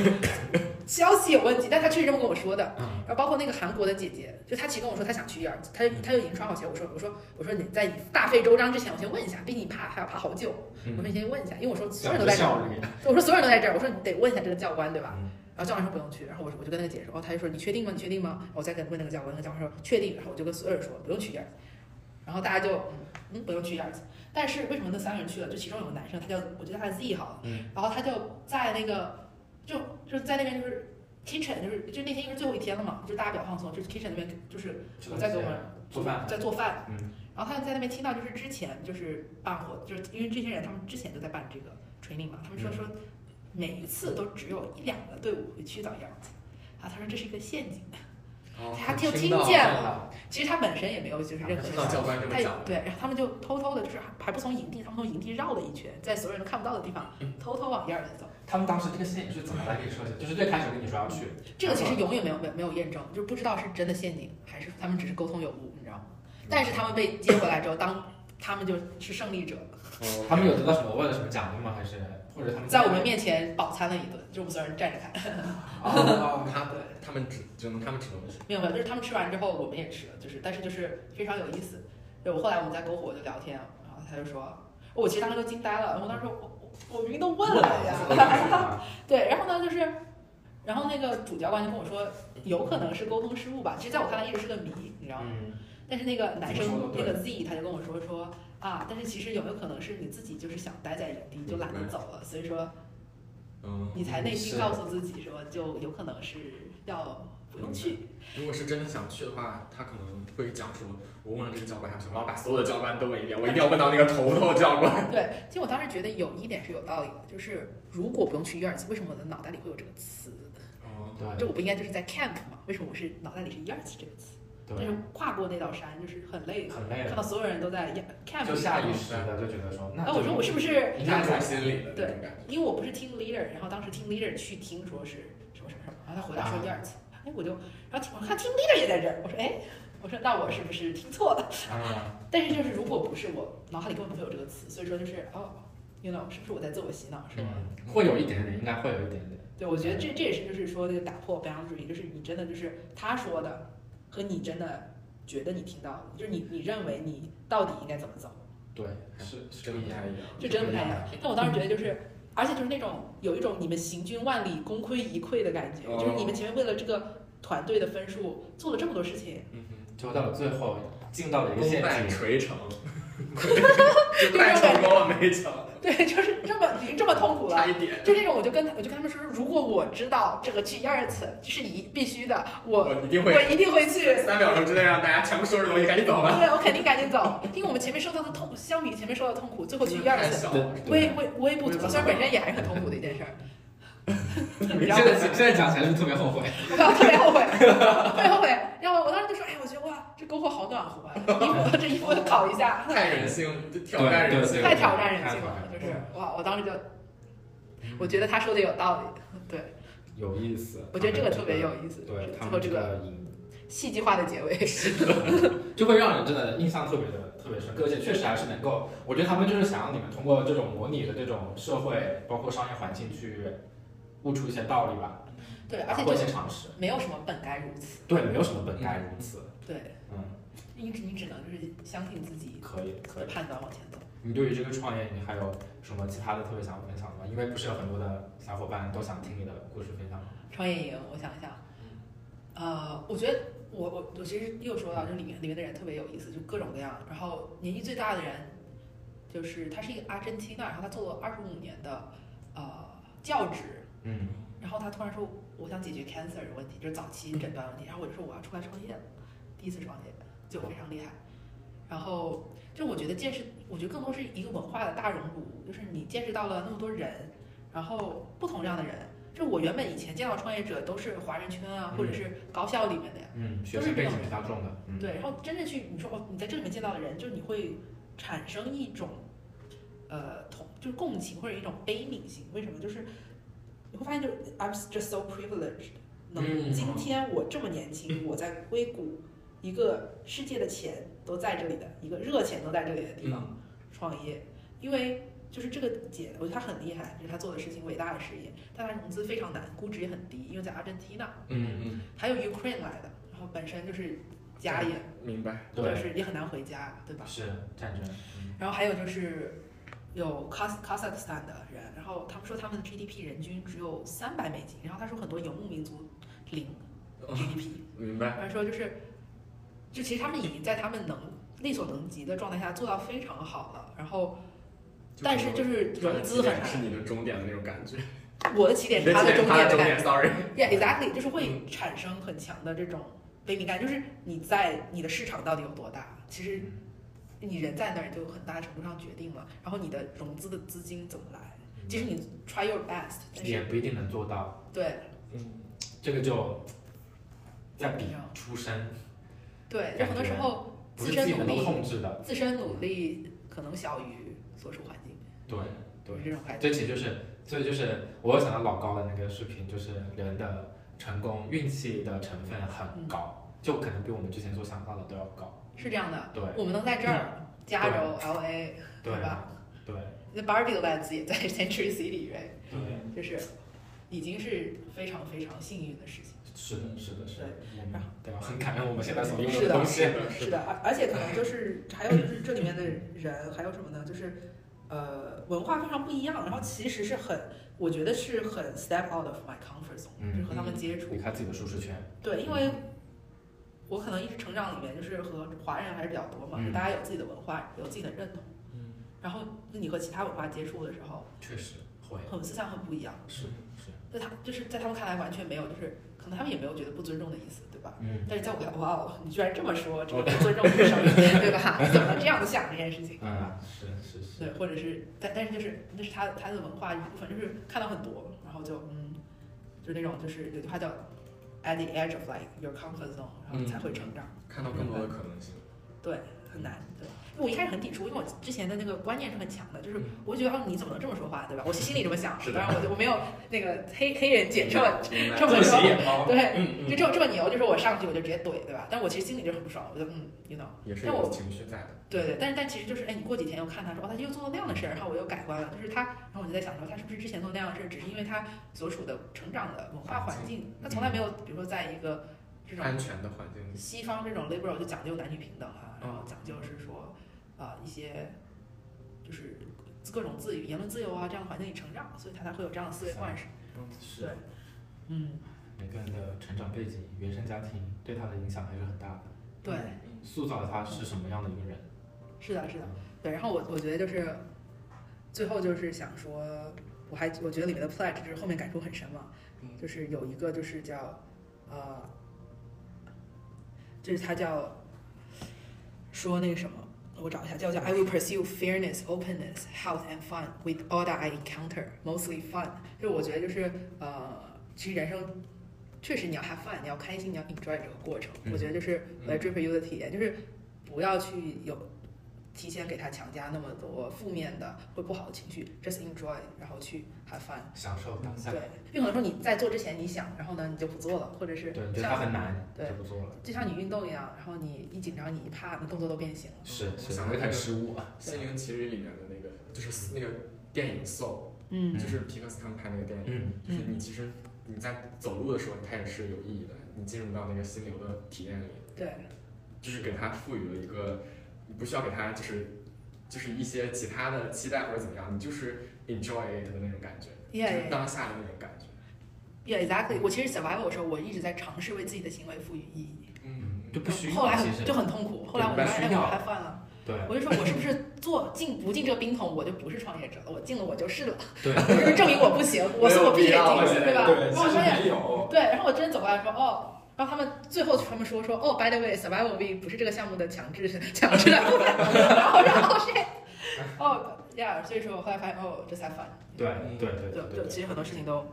C: 消息有问题，但他确实这么跟我说的。
A: 嗯，
C: 然后包括那个韩国的姐姐，就她其实跟我说她想去一二级，她就她就已经穿好鞋，我说我说我说你在你大费周章之前，我先问一下，毕竟你爬还要爬好久，我说你先问一下，因为我说所有人都在这儿，
A: 效率，
C: 我说所有人都在这儿，我说你得问一下这个教官对吧？
A: 嗯
C: 然后教官说不用去，然后我我就跟那个姐说，哦，他就说你确定吗？你确定吗？然后我再跟问那个教官，那个教官说确定，然后我就跟所有人说不用去一二级，然后大家就嗯嗯不用去一二级，但是为什么那三个人去了？就其中有个男生，他叫我觉得他叫 Z 好了，
A: 嗯
C: 然后他就在那个就就在那边就是。 kitchen 就是就那天应该是最后一天了嘛，就大家比较放松，就是 kitchen 那边就是我在
A: 做
C: 给我们
A: 做饭，
C: 在做饭，
A: 嗯，
C: 然后他在那边听到就是之前就是办活，就是因为这些人他们之前就在办这个 training 嘛，他们说
A: 嗯
C: 说每一次都只有一两个队伍会去到样子，啊，他说这是一个陷阱，
B: 哦
C: 他听听
B: 到
C: 见了，其实他本身也没有就是任何
B: 听到教官这么
C: 他也
B: 讲，
C: 对，然后他们就偷偷的，就是还不从营地，他们从营地绕了一圈，在所有人都看不到的地方，偷偷往一二人走。
A: 他们当时这个陷阱是怎么来跟你说的？就是最开始跟你说要去，
C: 这个其实永远没有没有没有验证，就是不知道是真的陷阱还是他们只是沟通有误，你知道吗？但是他们被接回来之后，当他们就是胜利者，
B: 哦
A: 他们有得到什么，我有什么奖励吗？还是或者他们
C: 在 我们面前饱餐了一顿，就我们所有人站着看，
A: 哦，
B: 他
C: 对，
B: 他们只只能他们只能
C: 没有没有，就是他们吃完之后我们也吃了，就是但是就是非常有意思。就我后来我们在篝火就聊天，然后他就说，我其实当时都惊呆了，我当时我我我明明都问了呀， 对，然后呢就是，然后那个主教官就跟我说，有可能是沟通失误吧。其实在我看来一直是个谜，你知道吗？
A: 嗯，
C: 但是那个男
A: 怎么
C: 生
A: 说的
C: 那
A: 对
C: 个 Z 他就跟我说说啊，但是其实有没有可能是你自己就是想待在营地就懒得走了，所以说
B: 嗯，
C: 你才内
A: 是
C: 心告诉自己说就有可能是要不用去。
B: 如果是真的想去的话，他可能会讲说，我问了这个教官，他不行，我要把所有的教官都问一遍，我一定要问到那个头头教官。
C: 对，其实我当时觉得有一点是有道理的，就是如果不用去一二次，为什么我的脑袋里会有这个词？
B: 哦，
C: 就
A: 对
C: 我不应该就是在 camp 嘛？为什么我是脑袋里是一二次这个词？但是
A: 对，
C: 跨过那道山就是很累的，
A: 很累
C: 看
A: 了
C: 到，所有人都在 camp，
A: 就下意识的就觉得说，那
C: 哎，我说我是不是
A: 你
B: 压在
A: 看
B: 心里的那
C: 对
B: 种感觉。
C: 因为我不是 team leader，然后当时 team leader 去听说是什么什么什么，然后他回来说第二次，哎，我就然后我看 team leader 也在这儿，我说哎，我说那我是不是听错了？
A: 啊，
C: 但是就是如果不是我脑海里根本不会有这个词，所以说就是哦，you know，是不是我在自我洗脑是吗？
A: 嗯，会有一点点，应该会有一点点，
C: 对，我觉得这这也是就是说这个打破 boundary，就是你真的就是他说的和你真的觉得你听到的，就是你你认为你到底应该怎么走。
A: 对，是是
B: 真的不太一样，
C: 就真的不太一样。但我当时觉得就是，而且就是那种有一种你们行军万里，功亏一篑的感觉，
B: 哦
C: 就是你们前面为了这个团队的分数做了这么多事情，
B: 嗯哼，
A: 就到了最后进到了一个
B: 功败
A: 陷阱，
B: 垂成，就败成功了没成，
C: 对，就是这么已经这么痛苦
B: 哦差
C: 了。
B: 一点。
C: 就那种，我就跟他，我就跟他们说，如果我知道这个去一二次是一必须的，我
B: 我一定
C: 我
B: 会
C: 一定会 去，
B: 三秒钟之内让大家全部收拾东西，赶紧走吧。
C: 对，我肯定赶紧走，因为我们前面受到的痛，相比前面受到的痛苦，最后去一二
B: 太
C: 次
B: 小了
A: 对，
C: 微微微不
B: 微不
C: 足道，
B: 足
C: 虽然本身也还是很痛苦的一件事儿，
A: 你
C: 然
A: 现
C: 后
A: 在现在讲起来是不是特别后悔？
C: 我特别后悔，特别后悔。然后我当时就说，哎，我觉得哇，这篝火好暖和啊，衣服这衣服烤一下，
B: 太人性，就挑战人性
A: 对。
C: 太挑战人性了。就是哇，我当时就，我觉得他说的有道理，对
A: 有意思，
C: 我觉得这个特别有意思，
A: 对
C: 就是
A: 他
C: 最后
A: 们
C: 这
A: 这
C: 个
A: 个影
C: 戏剧化的结尾，
A: 就会让人真的印象特别的特别深刻，而且确实还是能够，我觉得他们就是想让你们通过这种模拟的这种社会，包括商业环境去悟出一些道理吧，
C: 对，而
A: 打
C: 且
A: 破
C: 就
A: 一些
C: 是
A: 常识。
C: 没有什么本该如此，
A: 对，没有什么本该如此。
C: 对
A: 嗯，
C: 你只你只能就是相信自己
A: 可以，可
C: 的
A: 以。
C: 判断往前走。
A: 你对于这个创业，你还有什么其他的特别想要分享的吗？因为不是有很多的小伙伴都想听你的故事分享吗？
C: 创业营，我想一想，呃，我觉得我我我其实又说到，就是里面里面的人特别有意思，就各种各样。然后年纪最大的人，就是他是一个阿根廷的，然后他做了二十五年的呃教职，
A: 嗯，
C: 然后他突然说我想解决 cancer 的问题，就是早期诊断问题，然后我就说我要出来创业了，第一次创业就非常厉害。然后就我觉得见识，我觉得更多是一个文化的大熔炉，就是你见识到了那么多人，然后不同样的人。就我原本以前见到创业者都是华人圈啊，
A: 嗯
C: 或者是高校里面的呀，
A: 嗯，学生背景比较重的，嗯，
C: 对。然后真正去你说哦，你在这里面见到的人，就是你会产生一种呃同就是共情或者一种悲悯心。为什么？就是你会发现，就是 I'm just so privileged，能、
A: 嗯
C: 今天我这么年轻，我在硅谷一个世界的钱都在这里的一个热钱都在这里的地方、
A: 嗯
C: 创业，因为。就是这个姐，我觉得她很厉害，就是她做的事情伟大的事业，但她融资非常难，估值也很低，因为在阿根廷呢，
A: 嗯，
B: 嗯，
C: 还有 Ukraine 来的，然后本身就是家也
B: 明白。
C: 就
A: 对，
C: 是也很难回家，对吧？
A: 是战争，嗯
C: 然后还有就是有 Kaz Kazakhstan 的人，然后他们说他们的 GDP 人均只有三百美金，然后他说很多游牧民族零
B: 哦
C: GDP，
B: 明白。
C: 他说就是就其实他们已经在他们能力所能及的状态下做到非常好了，然后但是就是融资很
B: 是
C: 难，
B: 你的终点的那种感觉。
C: 我的起点是
B: 人
C: 他
B: 家
C: 的
B: 也
C: 终
B: 他
C: 点
B: 的
C: 的
B: 终
C: 感
B: 点
C: 觉。
B: ，sorry。
C: Yeah, exactly，就是会产生很强的这种悲悯感，就是你在你的市场到底有多大，其实你人在那儿就有很大程度上决定了，然后你的融资的资金怎么来，即使你 try your best，但
A: 也
C: 是
A: 不一定能做到，
C: 对
B: 嗯，
A: 这个就在
C: 不一
A: 比
C: 样
A: 出身，
C: 对，
A: 感
C: 就很多时候
A: 不
C: 自
A: 是自
C: 身
A: 己
C: 努
A: 能够
C: 力，
A: 控制的。
C: 自身努力可能小于所处环境，
A: 对对，
C: 这种环境，
A: 这其实就是，所以就是我又想到老高的那个视频，就是人的成功运气的成分
C: 嗯
A: 很高，就可能比我们之前所想到的都要高。
C: 是这样的。
A: 对嗯
C: 我们能在这儿，加州、LA，
A: 对
C: 对
A: 啊
C: 嗯吧？
A: 对
C: 那 Barbie 的 Lens 也在 Century City，right？
A: 对，
C: 就是已经是非常非常幸运的事情。
A: 是的，是的，是的
C: 对，
A: 我们对吧？很感恩我们现在所拥有
C: 是的
A: 东西。
C: 是
B: 是
C: 的，
B: 的，
C: 而
D: 而且可能就是还有就是这里面的人还有什么呢？就是呃文化非常不一样，然后其实是很我觉得是很 step out of my comfort zone，、
A: 嗯
C: 就是和他们接触
A: 离。开自己的舒适圈，
C: 对，因为我可能一直成长里面就是和华人还是比较多嘛，
A: 嗯
C: 大家有自己的文化，有自己的认同。
B: 嗯，
C: 然后你和其他文化接触的时候，
A: 确实会
C: 很思想很不一样。
A: 是是，
C: 在他就是在他们看来完全没有，就是可能他们也没有觉得不尊重的意思，对吧？
A: 嗯
C: 但是在我看来，哇哦，你居然这么说，这个不尊重女生，对吧？你怎么能这样想这件事情？
A: 嗯，是是是，
C: 对，或者是，但但是就是那是他他的文化一部分，就是看到很多，然后就嗯，就是那种就是有句话叫 at the edge of like your comfort zone，然后才会成长，
B: 看到更多的可能性。
C: 对，很难，对吧？因为我一开始很抵触，因为我之前的那个观念是很强的，就是我觉得哦，你怎么能这么说话，对吧？我是心里这么想，
A: 是的
C: 当然我就我没有那个黑黑人姐这么
B: 明白
C: 这么
A: 自己
C: 说
A: 也包，
C: 对。
B: 嗯嗯，
C: 就这么这么牛，就是我上去我就直接怼，对吧？但我其实心里就很不爽，我就嗯，you know，
B: 也是
C: 但我
B: 有情绪在的。
C: 对对，但是但其实就是，哎，你过几天又看他说，哦，他又做了那样的事儿，然后我又改观了，就是他，然后我就在想说，他是不是之前做那样的事儿，只是因为他所处的成长的文化环境，嗯他从来没有，比如说在一个这种
B: 安全的环境里，
C: 西方这种 liberal 就讲究男女平等啊，然后讲究是说，啊、一些就是各种自由、言论自由啊这样的环境里成长，所以他才会有这样的思维惯式。嗯
A: 是
C: 对，啊嗯，
A: 每个人的成长背景、原生家庭对他的影响还是很大的，
C: 对，
B: 嗯
A: 塑造了他是什么样的一个人。
C: 是的，是的，对。然后我我觉得就是，最后就是想说，我还我觉得里面的 pledge 就是后面感触很深嘛，
B: 嗯
C: 就是有一个就是叫，呃，就是它叫说那个什么，我找一下，叫叫 I will pursue fairness, openness, health and fun with all that I encounter, mostly fun。就是我觉得就是呃，其实人生。确实，你要 have fun，你要开心，你要 enjoy 这个过程。
A: 嗯
C: 我觉得就是我在 Drip U 的体验，就是不要去有提前给他强加那么多负面的会不好的情绪，just enjoy，然后去 have fun。
A: 享受当下，
C: 对，并可能说你在做之前你想，然后呢你就不做了，或者是
A: 对，你觉得他
C: 像
A: 很难，
C: 对
A: 就不做了。
C: 就像你运动一样，然后你一紧张你一怕，你动作都变形了。
A: 是
B: 我
A: 是，
B: 想
A: 会
B: 到
A: 很
B: 那个
A: 失误啊。
B: 《心灵奇旅》里面的那个，就是那个电影《Soul》，
C: 嗯
B: 就是皮克斯他们拍那个电影，
A: 嗯，
B: 就是你其实你在走路的时候，它也是有意义的，你进入到那个心流的体验里，
C: 对，
B: 就是给它赋予了一个，你不需要给它就是就是一些其他的期待或者怎么样，你就是 enjoy it 的那种感觉，就
C: yeah
B: 是
C: yeah
B: 当下的那种感觉。
C: yeah exactly。我其实 survival 的时候，我一直在尝试为自己的行为赋予意义，
B: 嗯，
A: 就不需
C: 后
A: 要，
C: 来
A: 其
C: 很
A: 实
C: 就很痛苦。后来我
A: 对
C: 发
A: 不
C: 现哎
A: 需要
C: 我还犯了，
A: 对
C: 我就说我是不是做进不进这个冰桶，我就不是创业者了，我进了我就是了，
A: 对
C: 我是不是证明我不行？我说我必须得
B: 没有必要
C: 进，对吧？
B: 对
C: 然后我发现
A: 没有，
C: 对，然后我真走过来说哦，然后他们最后他们说说哦，by the way，survival B 不是这个项目的强制强制的部分， 然后然后是哦呀，所以说我后来发现哦，这才烦，
A: 对对对
C: 就
A: 对
C: 就
A: 对
C: 其实很多事情都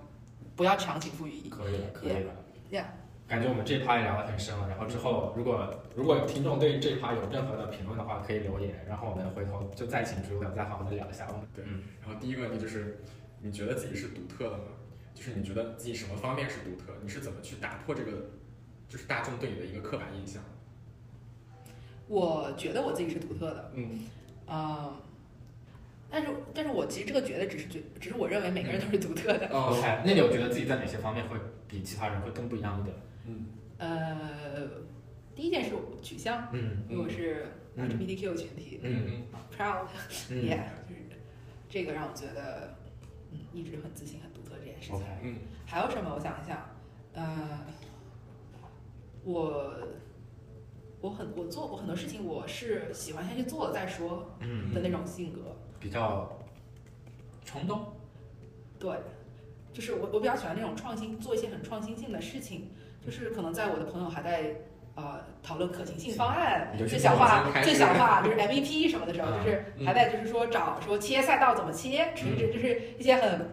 C: 不要强行赋予意
A: 对，
C: 义，
A: 可以了可以了。
C: Yeah
A: 感觉我们这一趴也聊得很深了，然后之后如果如果有听众对这一趴有任何的评论的话，可以留言，然后我们回头就再请朱导再好好的聊一下。我们
B: 对。然后第一个问题就是，你觉得自己是独特的吗？就是你觉得自己什么方面是独特？你是怎么去打破这个，就是大众对你的一个刻板印象？
C: 我觉得我自己是独特的，
B: 嗯，
C: 嗯。但是，但是我其实这个觉得只是觉，只是我认为每个人都是独特的。
B: 哦，
A: OK，那你有觉得自己在哪些方面会比其他人会更不一样一点？
C: 呃，第一件事我取向，
A: 嗯
C: 因为我是
A: 嗯
C: LGBTQ 群体、
A: 嗯
C: p r o u d
A: 嗯
C: yeah，就是这个让我觉得，嗯，一直很自信、很独特这件事情。
A: OK
B: 嗯
C: 还有什么？我想一想，呃，我我很我做我很多事情，我是喜欢先去做了再说
A: 嗯，
C: 的那种性格。
A: 比较冲动。
C: 对，就是我我比较喜欢那种创新，做一些很创新性的事情，就是可能在我的朋友还在。呃，讨论可行性方案、
B: 你就去
C: 最小化
B: 做已经、开始
C: 最小化就是 MVP 什么的时候，
B: 嗯
C: 就是
B: 嗯
C: 还在就是说找说切赛道怎么切，垂直就是一些很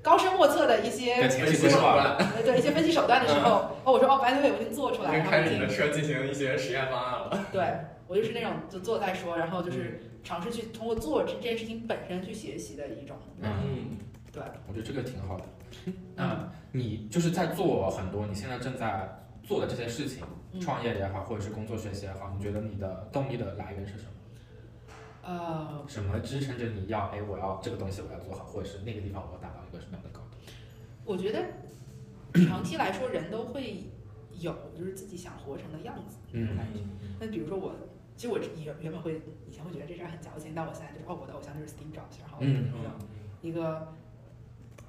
C: 高深莫测的一些
A: 在前期规划了，
C: 呃，对一些分析手段的时候，哦，我说哦，白对，我已经做出
B: 嗯已
C: 来，
B: 经
C: 然
B: 开
C: 后
B: 始
C: 已
B: 你的
C: 经
B: 车进行一些实验方案了。
C: 对我就是那种就做再说，然后就是
B: 嗯
C: 尝试去通过做这这件事情本身去学习的一种，
A: 嗯，
B: 嗯，
C: 对，
A: 我觉得这个挺好的。那你就是在做很多你现在正在做的这些事情，
C: 嗯
A: 创业也好，或者是工作学习也好，你觉得你的动力的来源是什么？
C: 呃，
A: 什么支撑着你要哎，我要这个东西我要做好，或者是那个地方我要达到一个什么样的高度？
C: 我觉得长期来说人都会有就是自己想活成的样子，
A: 嗯
C: 那比如说我。其实我原原本会以前会觉得这事儿很矫情，但我现在就是哦，我的偶像就是 Steve Jobs，然后
A: 嗯
B: 嗯
C: 一个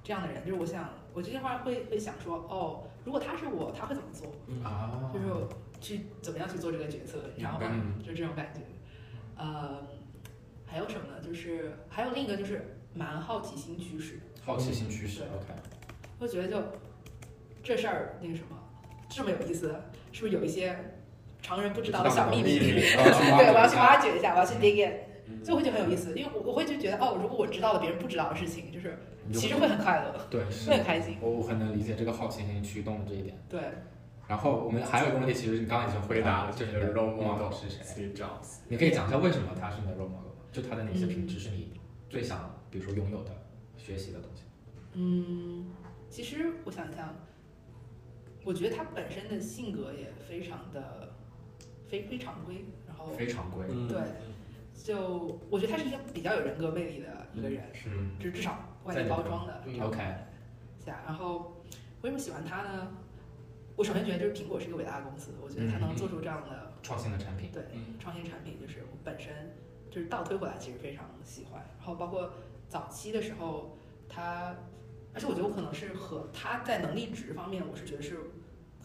C: 这样的人，就是我想，我这句话会会想说，哦，如果他是我，他会怎么做？
A: 啊
C: 就是我去怎么样去做这个决策，你知道
B: 明
C: 吗？
A: 嗯
C: 就这种感觉。呃，还有什么呢？就是还有另一个就是蛮好奇心驱使，
A: 好奇心驱使
C: 对
A: ，OK，
C: 会觉得就这事儿那个什么这么有意思，是不是有一些常人不知道的小秘密？
A: 啊
C: 对，
A: 对
C: 我要去挖掘一下，我要去 dig in，
B: 嗯
C: 就会就很有意思，因为我我会就觉得哦，如果我知道了别人不知道的事情，就是其实会嗯很快乐，
A: 对是
C: 会很开心。
A: 我我很能理解这个好奇心驱动的这一点。
C: 对，
A: 然后我们还有一个问题，其实你刚刚已经回
B: 回
A: 答
B: 答
A: 了，
B: 了，
A: 就
B: 这
A: 是
B: 就
A: 你的
B: 是
A: role
B: role
A: model
B: model
A: 是谁？
B: Steve Jobs。
A: 你可以讲一下为什么他是你的 role model 吗？就他的哪些品质是你最想，比如说拥有的、学习的东西？
C: 嗯，其实我想一想，我觉得他本身的性格也非常的非非常规，然后
A: 非常规，
B: 嗯
C: 对就我觉得他是一个比较有人格魅力的一个人，
B: 是
C: 就是至少外嗯面包装的
B: 嗯
A: OK，
C: 下。然后为什么喜欢他呢？我首先觉得就是苹果是一个伟大的公司，我觉得他能做出这样的
A: 创新的产品，
C: 对
B: 嗯
C: 创新产品，就是我本身就是倒推回来，其实非常喜欢。然后包括早期的时候，他，而且我觉得我可能是和他在能力值方面，我是觉得是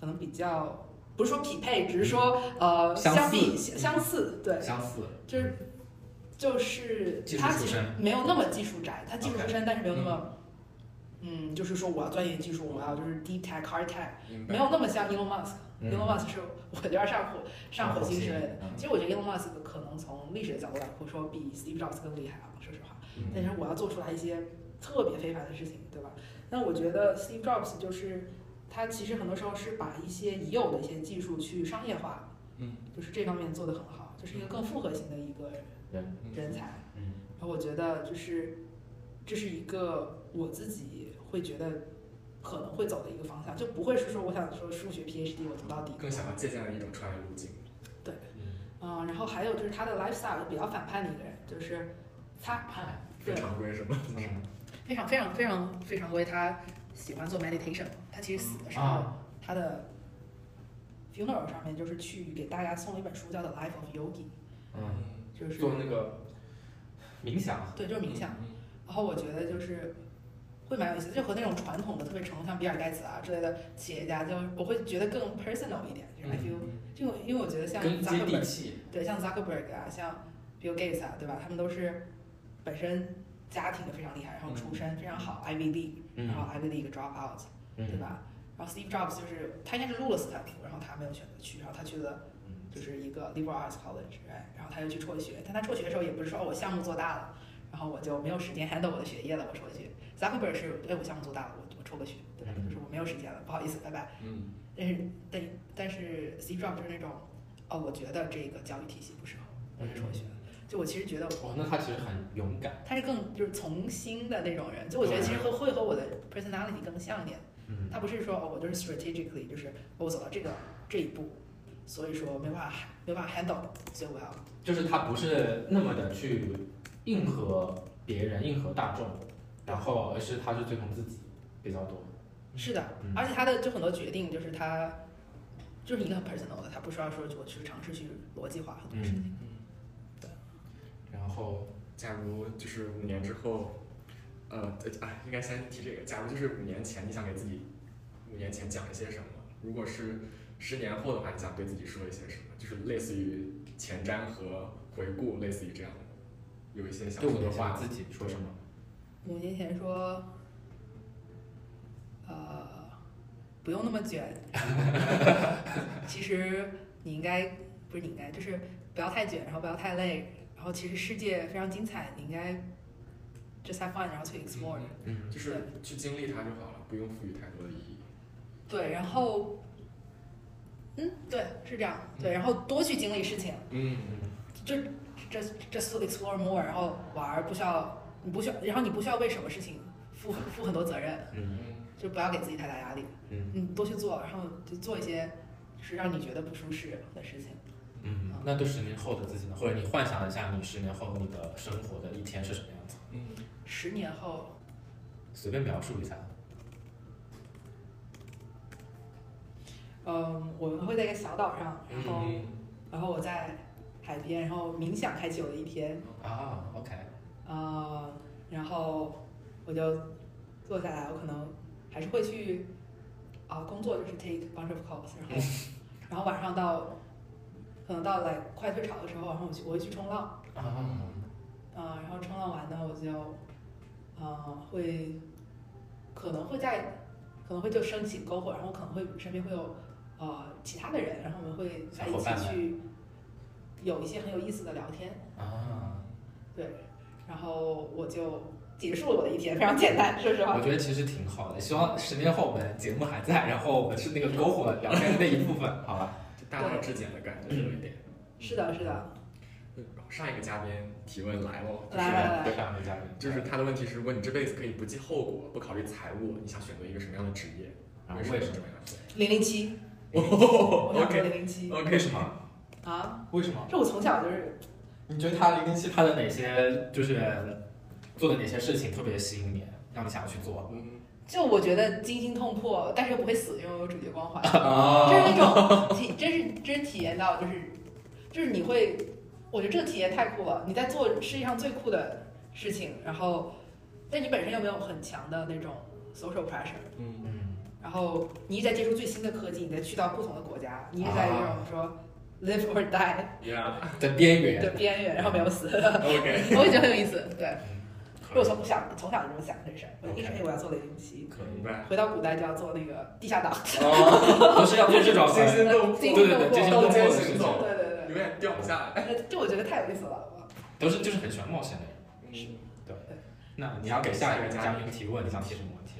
C: 可能比较不是说匹配，只是说呃
A: 嗯相
C: 相比
A: 似嗯
C: 相相似，对，
A: 相似，
C: 就是就是
A: 技术
C: 他
A: 出
C: 其实
A: 身
C: 没有那么技术宅，他技术
A: OK
C: 出身，但是没有那么。嗯，就是说我要钻研技术，我要就是 deep tech、hard tech，
B: 明白
C: 没有那么像 Elon Musk。
A: 嗯
C: Elon Musk 是我就要上火上火星之类的。
A: 嗯
C: 其实我觉得 Elon Musk 可能从历史的角度来说，比 Steve Jobs 更厉害啊，说实话。
B: 嗯
C: 但是我要做出来一些特别非凡的事情，对吧？那我觉得 Steve Jobs 就是他其实很多时候是把一些已有的一些技术去商业化，
B: 嗯，
C: 就是这方面做得很好，就是一个更复合型的一个
A: 人，
C: 人才。
A: 嗯
C: 然后我觉得就是这是一个我自己会觉得可能会走的一个方向，就不会是说我想说数学 PhD 我读到底，
B: 更想要借鉴的一种创业路径。
C: 对
B: 嗯，
C: 嗯，然后还有就是他的 lifestyle 比较反叛的一个人，就是他
B: 非常规是吗？
A: 嗯
E: 非常非常非常非常规，他喜欢做 meditation，他其实死的时候、
A: 啊
C: 他的 funeral 上面就是去给大家送了一本书，叫《The Life of Yogi
A: 嗯，》，
C: 就是
A: 做那个冥想，
C: 对，就是冥想。然后我觉得就是会蛮有意思的，就和那种传统的特别成功，像比尔盖茨啊之类的企业家，就我会觉得更 personal 一点，就是 I feel，、就因为我觉得像
A: 嗯更接地
C: Zuckerberg，
A: 气，
C: 对，像 Zuckerberg 啊，像 Bill Gates 啊，对吧？他们都是本身家庭也非常厉害，然后
B: 嗯
C: 出身非常好，Ivy League，然后 Ivy League drop out，对
A: 嗯，
C: 吧？然后 Steve Jobs 就是他应该是录了斯坦福，然后他没有选择去，然后他去了
A: 嗯
C: 就是一个 liberal arts college，哎然后他又去辍学，但他辍学的时候也不是说哦我项目做大了，然后我就没有时间 handle 我的学业了，我辍学。Zuckerberg 是哎我项目做大了，我我辍个学，对吧？
A: 嗯
C: 就是我没有时间了，不好意思，拜拜。
B: 嗯，
C: 但是但但是 Steve Jobs 就是那种哦，我觉得这个教育体系不适合，我就辍学了。就我其实觉得
A: 哦，嗯那他其实很勇敢，
C: 他是更就是从心的那种人，就我觉得其实和会和我的 personality 更像一点。
A: 嗯
C: 他不是说哦，我就是 strategically，就是哦我走到这个这一步，所以说没办法没办法 handle，所以我要
A: 就是他不是那么的去迎合别人、迎合大众，然后而是他是追从自己比较多。
C: 是的
A: 嗯，
C: 而且他的就很多决定就是他就是一个很 personal 的，他不需要说我去尝试去逻辑化很多事情。
A: 嗯，然后
B: 假如就是五年之后，呃，这啊，应该先提这个。假如就是五年前，你想给自己五年前讲一些什么？如果是十年后的话，你想对自己说一些什么？就是类似于前瞻和回顾，类似于这样的，有一些想
A: 对
B: 说
A: 我
B: 的
A: 的话
B: 话。
A: 自己说什么？
C: 五年前说，呃，不用那么卷。 其实你应该不是你应该，就是不要太卷，然后不要太累，然后其实世界非常精彩，你应该 just have fun，然后去 explore。
A: 嗯，
B: 就是去经历它就好了，不用赋予太多的意义。
C: 对，然后，嗯，对，是这样，对，然后多去经历事情，
B: 嗯，
C: 就 just just to explore more，然后玩儿不需要，你不需要，然后你不需要为什么事情负负很多责任，
A: 嗯
C: 就不要给自己太大压力，
A: 嗯
C: 嗯，多去做，然后就做一些就是让你觉得不舒适的事情。
A: 嗯，那对十年后的自己呢？或者你幻想一下，你十年后你的生活的一天是什么样子？
B: 嗯，
C: 十年后，
A: 随便描述一下。
C: 嗯，我们会在一个小岛上，然后、
B: 嗯
C: 然后我在海边，然后冥想开启我的一天，
A: 啊，OK，
C: 呃，然后我就坐下来，我可能还是会去啊、工作，就是 take bunch of calls，然后然后晚上到可能到来快退潮的时候，然后我去我会去冲浪，
A: 啊，
C: 啊、然后冲浪完呢，我就呃会可能会在可能会就升起篝火，然后可能会身边会有呃其他的人，然后我们会在一
A: 小伙伴
C: 起
A: 们
C: 去有一些很有意思的聊天，
A: 啊，
C: 对，然后我就结束了我的一天，非常简单，说实话
A: 我。觉得其实挺好的。希望十年后我们节目还在，然后我们是那个篝火聊天的那一部分，好吧？
B: 就大道至简的感觉有一点。
C: 是的，是的，
B: 上一个嘉宾提问来了，哦就是
C: 来来
A: 对
C: 来，
A: 上一位嘉宾
B: 就是他的问题是：如果你这辈子可以不计后果、不考虑财务，你想选择一个什么样的职业？
A: 然
B: 你
A: 后
B: 会
A: 啊为
B: 选
A: 什
B: 择
A: 么
B: 什么样的职业
C: 零零 七，
A: 哦
C: 我想说
B: ？OK
C: 零零七
B: OK，
A: 为什么？
C: 啊，
A: 为什么？
C: 这我从小就是
A: 你觉得他零零七他的哪些就是做的哪些事情特别吸引你，让你想要去做？
B: 嗯，
C: 就我觉得惊心动魄，但是又不会死，拥有主角光环，
A: 啊
C: 这是那种体，真是真体验到，就是就是你会，我觉得这个体验太酷了，你在做世界上最酷的事情，然后，但你本身又没有很强的那种 social pressure，
B: 嗯
A: 嗯
C: 然后你一直在接触最新的科技，你在去到不同的国家，你一直在这
A: 啊
C: 种说、live or die
B: ，Yeah，OK，
A: 的边
C: 的
A: 缘。
C: 边缘，然后没有死， 我也觉得很有意思。对，就我从不想从小就这么想这事儿，我就一直
A: 嗯 OK
C: 哎我要做零零七，
A: 可
B: 明
A: 以。
B: 白。
C: 回到古代就要做那个地下 党，
A: 哦，都是要做这种
B: 惊心动
C: 惊
A: 对
C: 心
B: 魄，
A: 对对，这些
B: 刀
A: 都
B: 尖
A: 的事
B: 行
A: 情，
B: 走，
C: 对对
B: 永
C: 对
B: 远掉不下来。
C: 呃，就我觉得太有意思了。
A: 都是就是很喜欢冒险的人。
B: 是
A: 那你要给下一个嘉宾提问，你想提什么问题？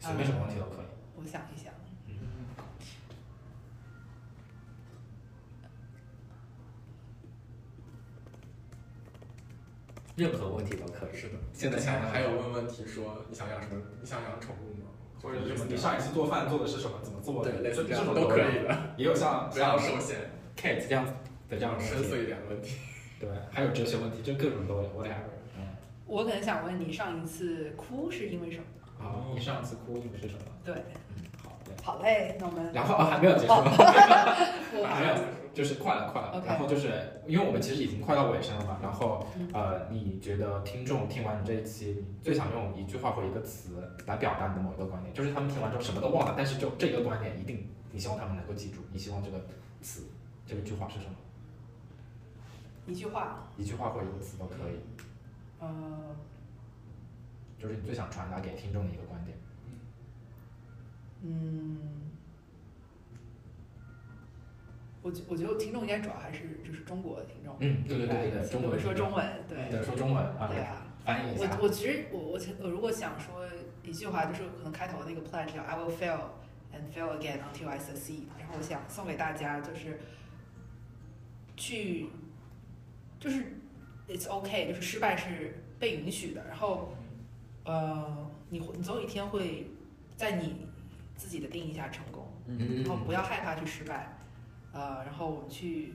A: 随便什啊么问题都可以。
C: 我想一想，
A: 任何问题都可以。
B: 是的，
A: 现在想
B: 想
A: 的
B: 还有问问题说你想养什么？你想养宠物吗？
E: 或者就是你上一次做饭做的是什么，怎么做的，
B: 对，类似这
E: 这
B: 样
E: 种
B: 都可
E: 有
B: 以的，
E: 也有像
B: 不要
E: 像
B: 受限，
A: Kate 这样子的这样的
B: 深
A: 问
B: 邃
A: 题，
B: 一点的问题。
A: 对，还有哲学问题，就各种都有，whatever。嗯
C: 我可能想问你，上一次哭是因为什么？
A: 好，你上次哭你是什么？
C: 对，
A: 嗯，好的。
C: 好嘞，那我们
A: 然后啊，还没有结束，
C: 我
A: 哎还没有，就是快了，快了。
C: OK
A: 然后就是因为我们其实已经快到尾声了嘛，然后
C: 嗯
A: 呃，你觉得听众听完你这一期，你最想用一句话或一个词来表达你的某一个观点？就是他们听完之后什么都忘了，但是就这个观点一定，你希望他们能够记住，你希望这个词、这个句话是什么？
C: 一句话，
A: 一句话或一个词都可以，
C: 呃，
A: 就是你最想传达给听众的一个观点。
C: 嗯，我觉我觉得听众应该主要还是就是中国的听众，
A: 嗯，对对对对对，中
C: 我
A: 文
C: 说中文，对
A: 对说中文啊，
C: 对啊。
A: 翻译一下
C: 我。我其实我我我如果想说一句话，就是可能开头那个 pledge 叫 I will fail and fail again until I succeed。然后我想送给大家就是去就是 it's okay，就是失败是被允许的。然后呃，你会你总有一天会在你自己的定义下成功，
A: 嗯
C: 然后不要害怕去失败。呃，然后我们去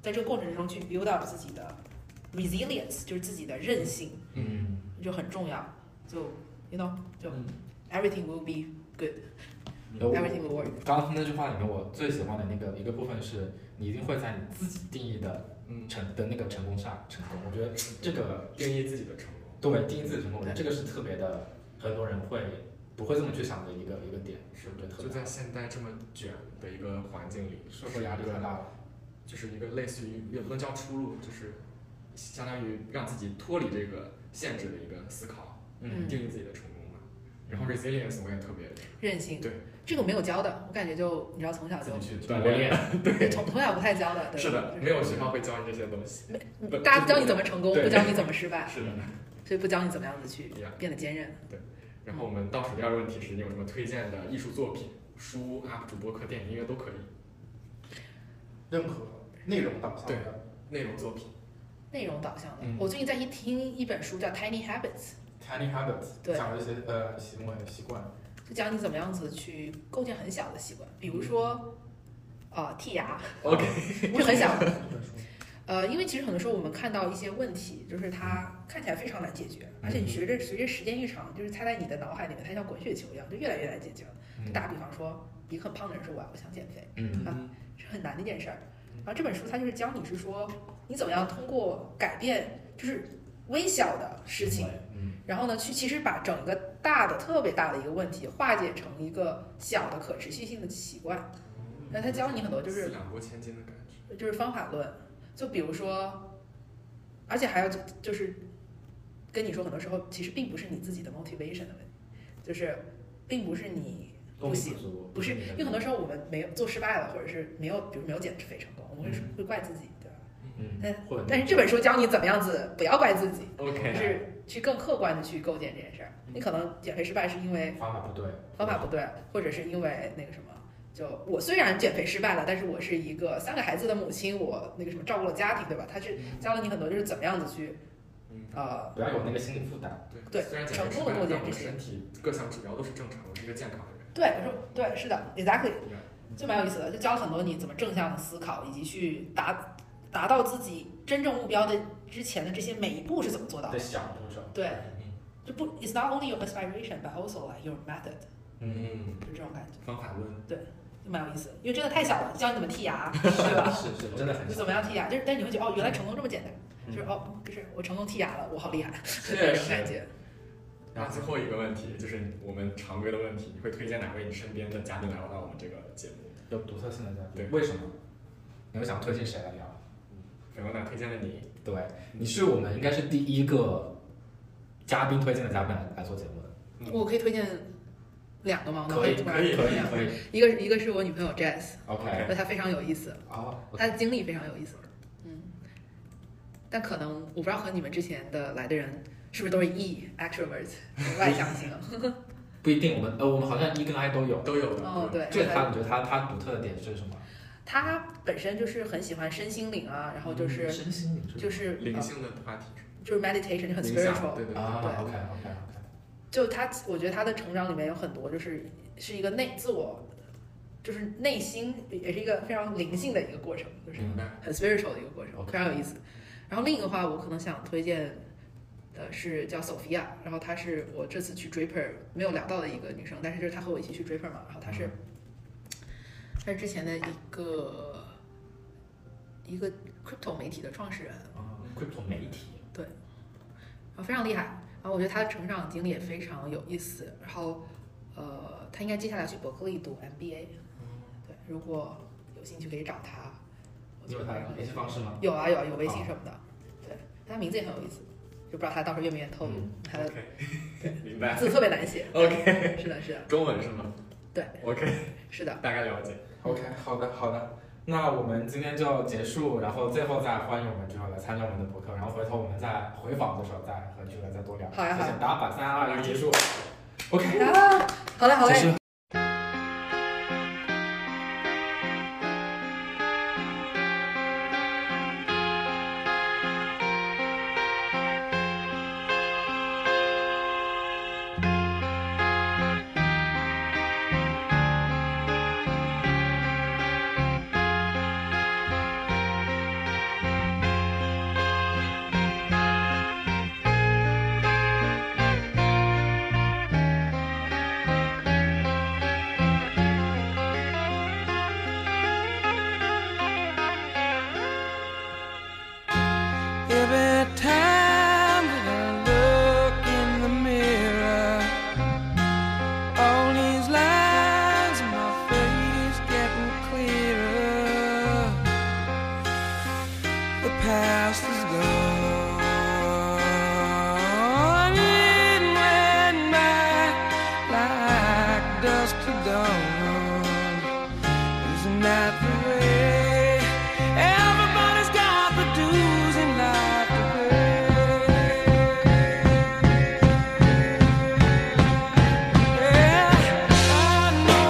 C: 在这个过程之中去 build up 自己的 resilience，就是自己的韧性。
A: 嗯，
C: 就很重要。就 you know，就
A: 嗯
C: everything will be good,
A: 有
C: everything will work。
A: 刚刚听那句话里面，我最喜欢的那个一个部分是，你一定会在你自己定义的
B: 嗯，
A: 成的那个成功上成功。我觉得这个
B: 定义自己的成功。
A: 对定义自己的成功，我觉得这个是特别的，很多人会不会这么去想的一个一个点，是我觉得特
B: 就
A: 别
B: 在
A: 好
B: 现在这么卷的一个环境里，
A: 社会压力太大了。
B: 就是一个类似于也不能叫出路，就是相当于让自己脱离这个限制的一个思考，
C: 嗯
B: 定义自己的成功嘛。然后 resilience 我也特别
C: 韧性。
B: 对，
C: 这个我没有教的，我感觉就你知道从小
B: 自
C: 就
B: 己去
A: 锻炼，
C: 从从小不太教的，对
B: 是的，没有学校会教你这些东西。
C: 就是大家不教你怎么成功，
B: 对
C: 不教你怎么失败，
B: 是的。
C: 所以不教你怎么样子去
B: Yeah
C: 变得坚韧。
B: 然后我们倒数第二个问题是你有什么推荐的艺术作品、书、UP 主播客、电影、音乐都可以，
F: 任何内容导向的
B: 内容作品。
C: 内容导向的
A: 嗯，
C: 我最近在一听一本书叫《Tiny Habits
F: tiny habits，
C: 对
F: 讲一些呃行为习惯，》，
C: 就讲你怎么样子去构建很小的习惯，比
B: 嗯
C: 如说，呃，剔牙
B: OK，
C: 就很小，
F: 这本书
C: 呃，因为其实很多时候我们看到一些问题，就是它看起来非常难解决，而且你随着随着时间一长，就是它在你的脑海里面，它像滚雪球一样，就越来越难解决了。就打比方说，一个很胖的人说我我想减肥，
A: 嗯
C: 是很难的一件事儿。然后这本书它就是教你是说，你怎么样通过改变，就是微小的事情，
A: 嗯
C: 然后呢，去其实把整个大的特别大的一个问题化解成一个小的可持续性的习惯。那它教你很多就
B: 四
C: 是
B: 两拨千斤的感觉。
C: 就是方法论，就比如说，而且还有就就是跟你说，很多时候其实并不是你自己的 motivation 的问题，就是并不是你不行，不是，因为很多时候我们没有做失败了，或者是没有，比如没有减肥成功，我们会
A: 嗯
C: 会怪自己，对吧？
A: 嗯
C: 但，
A: 或者
C: 但是这本书教你怎么样子不要怪自己，就
B: OK，
C: 是去更客观的去构建这件事儿。你可能减肥失败是因为
A: 方法不对，
C: 方法不对，或者是因为那个什么。就我虽然减肥失败了，但是我是一个三个孩子的母亲，我那个什么照顾了家庭，对吧？他是教了你很多，就是怎么样子去
B: 嗯，
C: 呃，
A: 不要有那个心理负担，
C: 对
B: 虽然减
C: 成
B: 肥失
C: 功地
B: 败
C: 构建
B: 但我
C: 这些
B: 身体各项指标都是正常，我是一个健康的人。
C: 对，我说对，是的，exactly，
B: 对
C: 就蛮有意思的，就教了很多你怎么正向的思考，以及去达达到自己真正目标的之前的这些每一步是怎么做到
F: 在
C: 的。
F: 想多少？
C: 对，
B: 嗯
C: 就不，it's not only your aspiration but also like your method，
B: 嗯，
C: 就这种感觉，
B: 方法论，
C: 就蛮有意思的，因为真的太小了，教你怎么剔牙，
F: 是
C: 对吧？
F: 是是，真的很
C: 就
F: 想
C: 怎么样剔牙，就是但你会觉得哦，原来成功这么简单，
A: 嗯
C: 就是哦，就是我成功剔牙了，我好厉害，
B: 确
C: 这种
B: 实
C: 感。觉。
B: 然后最后一个问题就是我们常规的问题，你会推荐哪位你身边的嘉宾来到我们这个节目？
A: 有独特性的在。
B: 对
A: 为什么？你又想推荐谁来聊？
B: 粉红奶推荐了你，
F: 嗯
A: 对，你是我们应该是第一个嘉宾推荐的嘉宾来来做节目的，
B: 嗯
C: 我可以推荐两个吗？
A: 可以
C: 那我
A: 可以可以哎
C: 两个
A: 可以
C: 一个一个是我女朋友 Jazz，
A: ，OK，
C: 她非常有意思，
A: 好，
C: 她的经历非常有意思，嗯，但可能我不知道和你们之前的来的人是不是都是 E extrovert 外向 型，
A: 不一定，我们呃我们好像一跟 I 都有，
B: 都有的。
C: 哦对，
A: 这
C: 她
A: 他你觉得他他独特的点是什么？
C: 她本身就是很喜欢身心灵啊，然后就是
A: 嗯身心灵
C: 就是是
B: 灵
C: 呃
B: 性的话题，
C: 就是 meditation 就很
B: 冥想
C: spiritual，
B: 对对对，
A: 啊
C: 对
A: ，OK OK OK，
C: 就他，我觉得他的成长里面有很多，就是是一个内自我，就是内心也是一个非常灵性的一个过程，就是
B: 明白。
C: 很 spiritual 的一个过程，
A: OK
C: 非常有意思。然后另一个话，我可能想推荐的是叫 Sophia，然后她是我这次去 Draper 没有聊到的一个女生，但是就是她和我一起去 Draper 嘛，然后她是，她是之前的一个一个 crypto 媒体的创始人，
A: 啊，crypto 媒体，
C: 然后非常厉害。然后我觉得他的成长经历也非常有意思。然后，呃，他应该接下来去伯克利读 MBA。对，如果有兴趣可以找他。我
A: 你
C: 觉
A: 有
C: 得
A: 他
C: 非
A: 的
C: 常有
A: 联
C: 意
A: 系
C: 思
A: 方式吗？
C: 有啊有啊有微信什么的。对，他名字也很有意思，就不知道他到时候愿不愿意透露。
A: 嗯
C: 他的
B: OK，明白。
C: 字特别难写。
B: OK，
C: 是的，是的，
B: 中文是吗？
C: 对。
B: OK，
C: 是的。
B: 大概了解。
F: OK，
A: 好的，好的。那我们今天就结束，然后最后再欢迎我们之后来参加我们的博客，然后回头我们再回访的时候再和之后再多聊。
C: 好呀好呀
A: 谢谢打板三二一结束。OK，
C: 啊，好嘞好
A: 结
C: 嘞
A: 束。。
G: not the way. Everybody's got the dues and not the Yeah, I know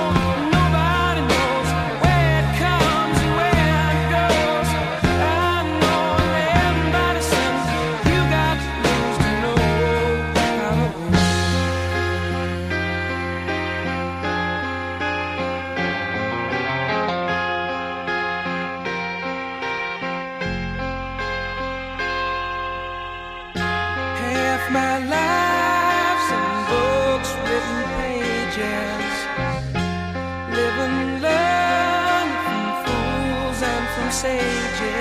G: nobody knows where it comes and where it goes. I know everybody says you got dues to know how to Half my life's in books, written pages. Live and learn from fools and from sages.